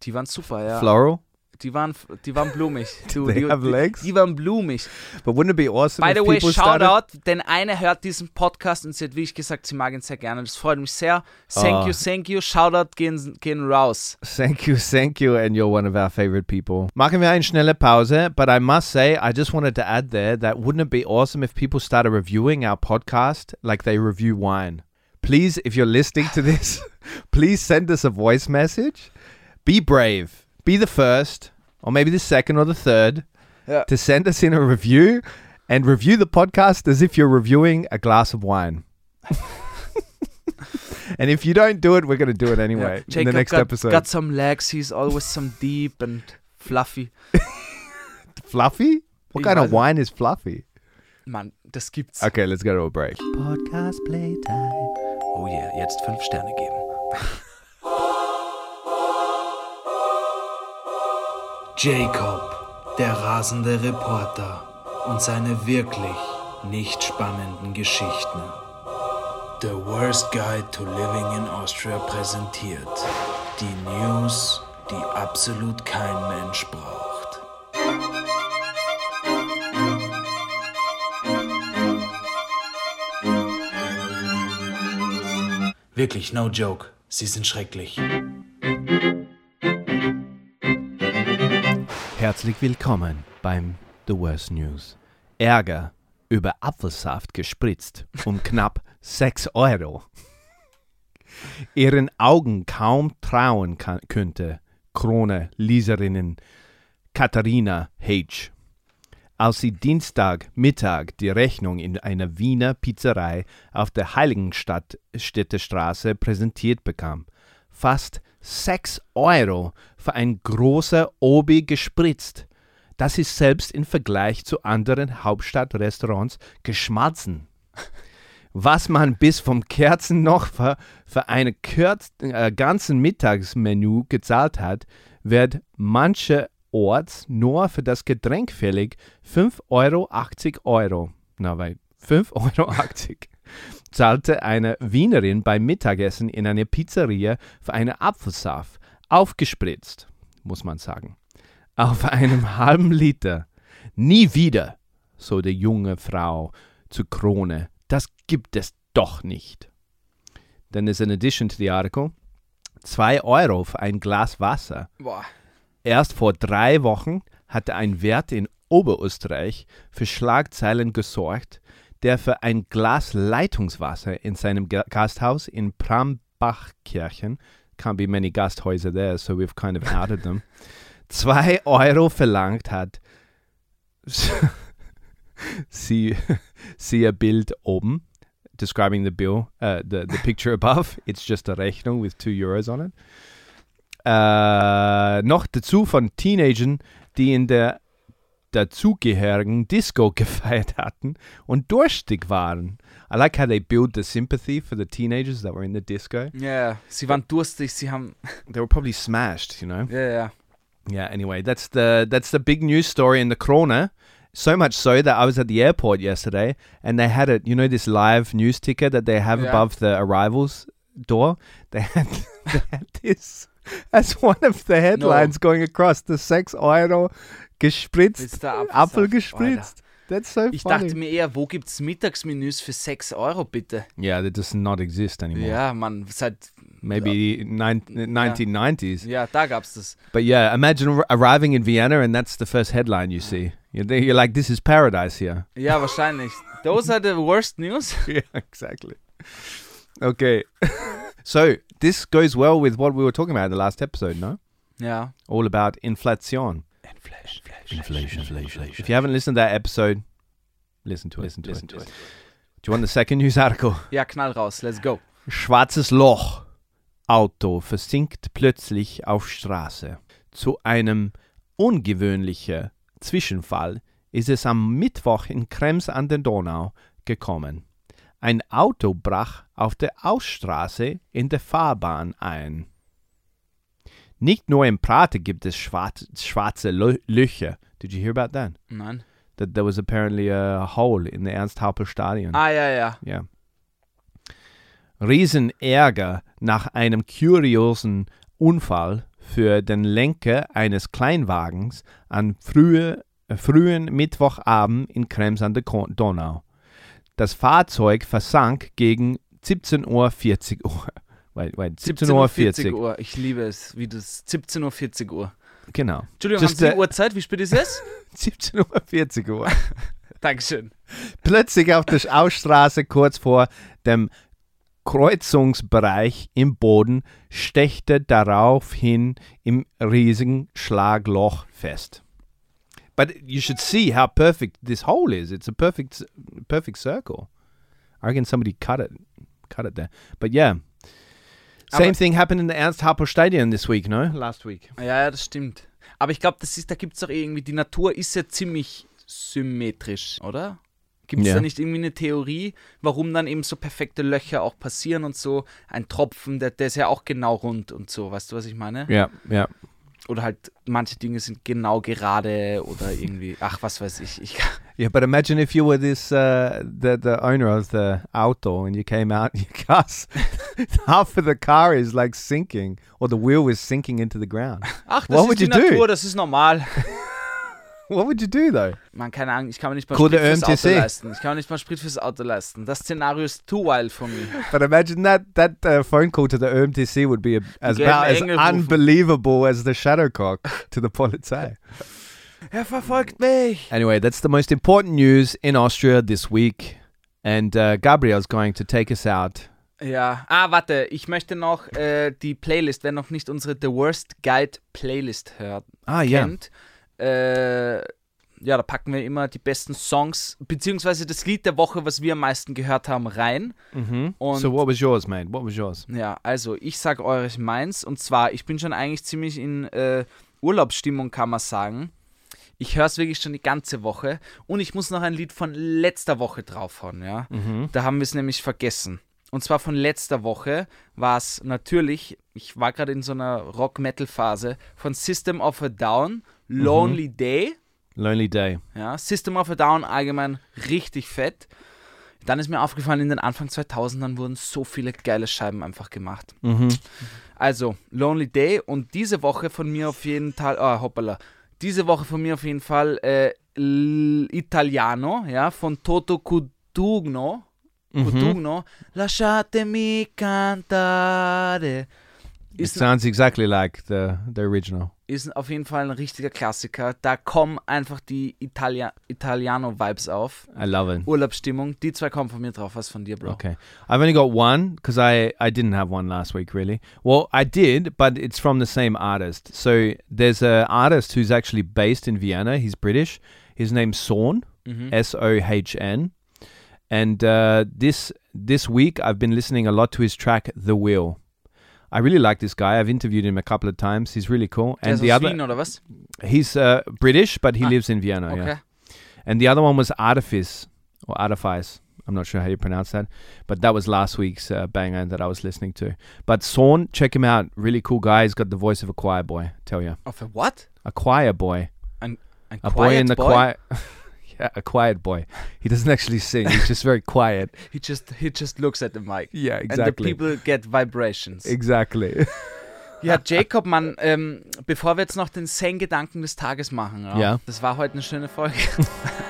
Speaker 3: Die waren super, ja.
Speaker 2: Floral?
Speaker 3: Die waren, die waren blumig. Du,
Speaker 2: they
Speaker 3: die,
Speaker 2: have legs?
Speaker 3: Die, die waren blumig.
Speaker 2: But wouldn't it be awesome
Speaker 3: By
Speaker 2: if
Speaker 3: the way,
Speaker 2: people
Speaker 3: shout
Speaker 2: started
Speaker 3: out, denn eine hört diesen Podcast und sie hat wirklich gesagt, sie mag ihn sehr gerne. Das freut mich sehr. Thank
Speaker 2: Ah.
Speaker 3: you, thank you. Shout out gehen, gehen raus.
Speaker 2: Thank you, thank you, and you're one of our favorite people. Machen wir eine schnelle Pause, but I must say, I just wanted to add there that wouldn't it be awesome if people started reviewing our podcast like they review wine? Please, if you're listening to this, please send us a voice message. Be brave. Be the first, or maybe the second or the third,
Speaker 3: Yeah.
Speaker 2: to send us in a review and review the podcast as if you're reviewing a glass of wine. And if you don't do it, we're going to do it anyway in the
Speaker 3: Jacob
Speaker 2: next
Speaker 3: got,
Speaker 2: episode.
Speaker 3: got some legs, he's always some deep and fluffy.
Speaker 2: Fluffy? What
Speaker 3: Ich
Speaker 2: kind
Speaker 3: weiß
Speaker 2: of
Speaker 3: nicht.
Speaker 2: wine is fluffy?
Speaker 3: Mann, das gibt's.
Speaker 2: Okay, let's go to a break.
Speaker 3: Oh yeah, jetzt fünf Sterne geben.
Speaker 7: Jacob, der rasende Reporter und seine wirklich nicht spannenden Geschichten. The Worst Guide to Living in Austria präsentiert die News, die absolut kein Mensch braucht. Wirklich, no joke, sie sind schrecklich.
Speaker 2: Herzlich willkommen beim The Worst News. Ärger über Apfelsaft gespritzt um knapp 6 Euro. Ihren Augen kaum trauen kann, könnte Krone Leserinnen Katharina H. Als sie Dienstagmittag die Rechnung in einer Wiener Pizzerei auf der Heiligenstädter Straße präsentiert bekam. Fast 6 Euro für ein großer Obi gespritzt. Das ist selbst im Vergleich zu anderen Hauptstadtrestaurants geschmatzen. Was man bis vom Kerzen noch für, für einen kürz, äh, ganzen Mittagsmenü gezahlt hat, wird manche Orts nur für das Getränk fällig 5,80 Euro. Euro. Na, weil 5,80 Euro zahlte eine Wienerin beim Mittagessen in einer Pizzeria für einen Apfelsaft, aufgespritzt, muss man sagen, auf einem halben Liter. Nie wieder, so die junge Frau zu Krone. Das gibt es doch nicht. Then there's an addition to the article. 2 Euro für ein Glas Wasser.
Speaker 3: Boah.
Speaker 2: Erst vor drei Wochen hatte ein Wert in Oberösterreich für Schlagzeilen gesorgt, der für ein Glas Leitungswasser in seinem Ga- Gasthaus in Prambachkirchen, can't be many Gasthäuser there, so we've kind of added them, 2 Euro verlangt hat. Sie, see a Bild oben describing the bill, uh, the the picture above. It's just a Rechnung with two euros on it. Äh, noch dazu von Teenagern, die in der dazugehörigen Disco gefeiert hatten und durstig waren. I like how they build the sympathy for the teenagers that were in the disco.
Speaker 3: Ja, yeah. sie waren durstig, sie haben.
Speaker 2: They were probably smashed, you know.
Speaker 3: Ja, ja.
Speaker 2: Yeah, anyway, that's the that's the big news story in the corner. So much so that I was at the airport yesterday and they had it, you know, this live news ticker that they have
Speaker 3: Yeah.
Speaker 2: above the arrivals door. They had, they had this as one of the headlines going across the six Euro
Speaker 3: Ist
Speaker 2: gespritzt,
Speaker 3: der Apfelsaft.
Speaker 2: Apfel gespritzt. That's so
Speaker 3: Ich
Speaker 2: funny.
Speaker 3: dachte mir eher, wo gibt's Mittagsmenüs für 6 Euro bitte?
Speaker 2: yeah, that does not exist anymore.
Speaker 3: Ja, Mann, seit.
Speaker 2: Maybe nine, 1990s.
Speaker 3: Ja, da gab's das.
Speaker 2: But yeah, imagine ar- arriving in Vienna and that's the first headline you see. You're, there- you're like, this is paradise here.
Speaker 3: Ja, wahrscheinlich. Those are the worst news.
Speaker 2: yeah, exactly. Okay. so this goes well with what we were talking about in the last episode, no?
Speaker 3: Ja.
Speaker 2: All about inflation.
Speaker 7: Inflation, inflation,
Speaker 2: If you haven't listened to that episode, listen to it. Listen to, it. Do you want the second news article?
Speaker 3: Ja, knall raus. Let's go.
Speaker 2: Schwarzes Loch. Auto versinkt plötzlich auf Straße. Zu einem ungewöhnlichen Zwischenfall ist es am Mittwoch in Krems an der Donau gekommen. Ein Auto brach auf der Ausstraße in der Fahrbahn ein. Nicht nur im Prater gibt es schwarz, schwarze Lö Löcher. Did you hear about that?
Speaker 3: Nein.
Speaker 2: That there was apparently a hole in the Ernst-Happel-Stadion.
Speaker 3: Ah, ja, ja.
Speaker 2: Ja. Riesenärger nach einem kuriosen Unfall für den Lenker eines Kleinwagens an frühe, äh, frühen Mittwochabend in Krems an der Ko- Donau. Das Fahrzeug versank gegen 17.40 Uhr. Wait, wait, 17.40 Uhr.
Speaker 3: Uhr. Ich liebe es, wie das 17.40 Uhr.
Speaker 2: Genau.
Speaker 3: Entschuldigung,
Speaker 2: Just
Speaker 3: haben Sie die
Speaker 2: the-
Speaker 3: Uhrzeit? Wie spät ist es?
Speaker 2: 17.40 Uhr.
Speaker 3: Dankeschön.
Speaker 2: plötzlich auf der Ausstraße kurz vor dem Kreuzungsbereich im Boden stechte daraufhin im riesigen Schlagloch fest. But you should see how perfect this hole is. It's a perfect perfect circle. I reckon somebody cut it cut it there. But yeah. Same
Speaker 3: Aber-
Speaker 2: thing happened in the Ernst Harper Stadion this week, no? Last week.
Speaker 3: Ja, ja, das stimmt. Aber ich glaube, das ist, da gibt es doch irgendwie, die Natur ist ja ziemlich symmetrisch, oder? Gibt es
Speaker 2: Ja.
Speaker 3: da nicht irgendwie eine Theorie, warum dann eben so perfekte Löcher auch passieren und so? Ein Tropfen, der, der ist ja auch genau rund und so, weißt du, was ich meine?
Speaker 2: Yeah, yeah.
Speaker 3: Oder halt, manche Dinge sind genau gerade oder irgendwie, ach, was weiß ich. ich
Speaker 2: Yeah, but imagine if you were this uh, the the owner of the auto and you came out in your car, half of the car is like sinking, or the wheel is sinking into the ground.
Speaker 3: ach, das
Speaker 2: What would
Speaker 3: ist die
Speaker 2: you do?
Speaker 3: Natur, das ist normal.
Speaker 2: What would you do though?
Speaker 3: Man, keine Ahnung, ich kann mir nicht mal
Speaker 2: Cool,
Speaker 3: Sprit
Speaker 2: der
Speaker 3: fürs Auto
Speaker 2: ÖMTC.
Speaker 3: leisten. Ich kann mir nicht mal Sprit fürs Auto leisten. Das Szenario ist too wild for me.
Speaker 2: But imagine that that uh, phone call to the OMTC would be a, as
Speaker 3: Gelben
Speaker 2: about as
Speaker 3: Engel rufen.
Speaker 2: unbelievable as the shuttlecock to the Polizei.
Speaker 3: Er verfolgt mich.
Speaker 2: Anyway, that's the most important news in Austria this week, and uh, Gabriel's going to take us out.
Speaker 3: Ja. Ah, warte, ich möchte noch äh, die Playlist, wer noch nicht unsere The Worst Guide Playlist hört,
Speaker 2: Ah, yeah,
Speaker 3: kennt. Äh, ja, da packen wir immer die besten Songs, beziehungsweise das Lied der Woche, was wir am meisten gehört haben, rein. Und
Speaker 2: So what was yours, mate? What was yours?
Speaker 3: ja, also ich sag eures meins. Und zwar, ich bin schon eigentlich ziemlich in äh, Urlaubsstimmung, kann man sagen. Ich höre es wirklich schon die ganze Woche. Und ich muss noch ein Lied von letzter Woche draufhauen, ja. Da haben wir es nämlich vergessen. Und zwar von letzter Woche war es natürlich, ich war gerade in so einer Rock-Metal-Phase, von System of a Down, Lonely Day.
Speaker 2: Lonely Day.
Speaker 3: Ja, System of a Down allgemein richtig fett. Dann ist mir aufgefallen, in den Anfang 2000ern wurden so viele geile Scheiben einfach gemacht. Also, Lonely Day und diese Woche von mir auf jeden Fall, ah, hoppala, diese Woche von mir auf jeden Fall äh, L- Italiano, ja, von Toto Cudugno. Cudugno, Lasciatemi cantare.
Speaker 2: It
Speaker 3: Ist,
Speaker 2: sounds exactly like the, the original.
Speaker 3: ist auf jeden Fall ein richtiger Klassiker. Da kommen einfach die Italia Italiano-Vibes auf.
Speaker 2: I love it.
Speaker 3: Urlaubsstimmung. Die zwei kommen von mir drauf. Was von dir, Bro?
Speaker 2: Okay. I've only got one because I, I didn't have one last week, really. Well, I did, but it's from the same artist. So there's a artist who's actually based in Vienna. He's British. His name's Sorn, S O H N. And uh, this this week, I've been listening a lot to his track "The Wheel." I really like this guy. I've interviewed him a couple of times. He's really cool.
Speaker 3: Der
Speaker 2: And
Speaker 3: ist
Speaker 2: the
Speaker 3: aus
Speaker 2: other,
Speaker 3: Wien, oder was?
Speaker 2: he's uh, British, but he lives in Vienna.
Speaker 3: Okay.
Speaker 2: Yeah. And the other one was Artifice or Artifice. I'm not sure how you pronounce that, but that was last week's uh, banger that I was listening to. But Sorn, check him out. Really cool guy. He's got the voice of a choir boy. Tell you,
Speaker 3: Auf a what?
Speaker 2: a choir boy,
Speaker 3: Ein, ein
Speaker 2: a
Speaker 3: quiet
Speaker 2: boy in the choir. yeah, a quiet boy. He doesn't actually sing. He's just very quiet.
Speaker 3: He just, he just looks at the mic.
Speaker 2: Yeah,
Speaker 3: And the
Speaker 2: exactly.
Speaker 3: people get vibrations.
Speaker 2: Exactly.
Speaker 3: Ja, Jacob, Mann, ähm, bevor wir jetzt noch den Zen-Gedanken des Tages machen, ja,
Speaker 2: Ja.
Speaker 3: das war heute eine schöne Folge.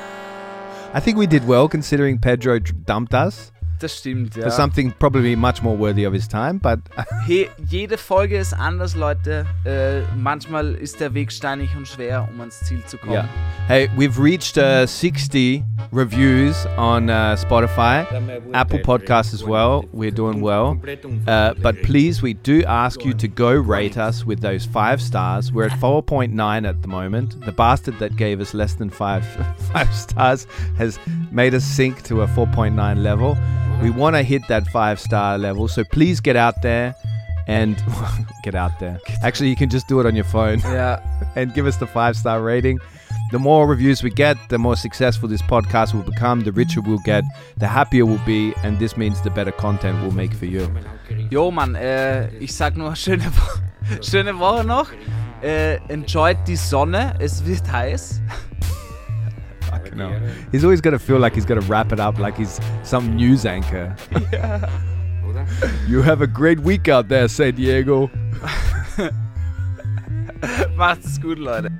Speaker 2: I think we did well considering Pedro d- dumped us
Speaker 3: Das stimmt, ja.
Speaker 2: for something probably much more worthy of his time. But
Speaker 3: Hey, jede Folge ist anders, Leute. Äh, manchmal ist der Weg steinig und schwer, um ans Ziel zu kommen.
Speaker 2: Yeah. Hey, we've reached uh, 60 reviews on uh, Spotify, Apple Podcasts as well. We're doing well. Uh, but please, we do ask you to go rate us with those five stars. We're at 4.9 at the moment. The bastard that gave us less than five five stars has made us sink to a 4.9 level. We want to hit that five star level, so please get out there and get out there. Actually, you can just do it on your phone
Speaker 3: Ja,
Speaker 2: and give us the five star rating. The more reviews we get, the more successful this podcast will become, the richer we'll get, the happier we'll be, and this means the better content we'll make for you.
Speaker 3: jo, Mann, äh, ich sag nur schöne, Wo schöne Woche noch. Äh, enjoyt die Sonne, es wird heiß.
Speaker 2: Fucking hell. He's always going to feel like he's going to wrap it up like he's some news anchor. you have a great week out there, San Diego.
Speaker 3: Macht's gut, Leute.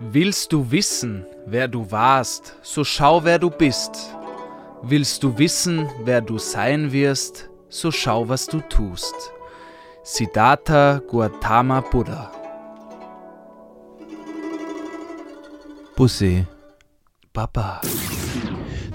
Speaker 3: Willst du wissen, wer du warst, so schau, wer du bist. Willst du wissen, wer du sein wirst, so schau, was du tust. Siddhartha Gautama Buddha.
Speaker 2: Pussy.
Speaker 3: Baba.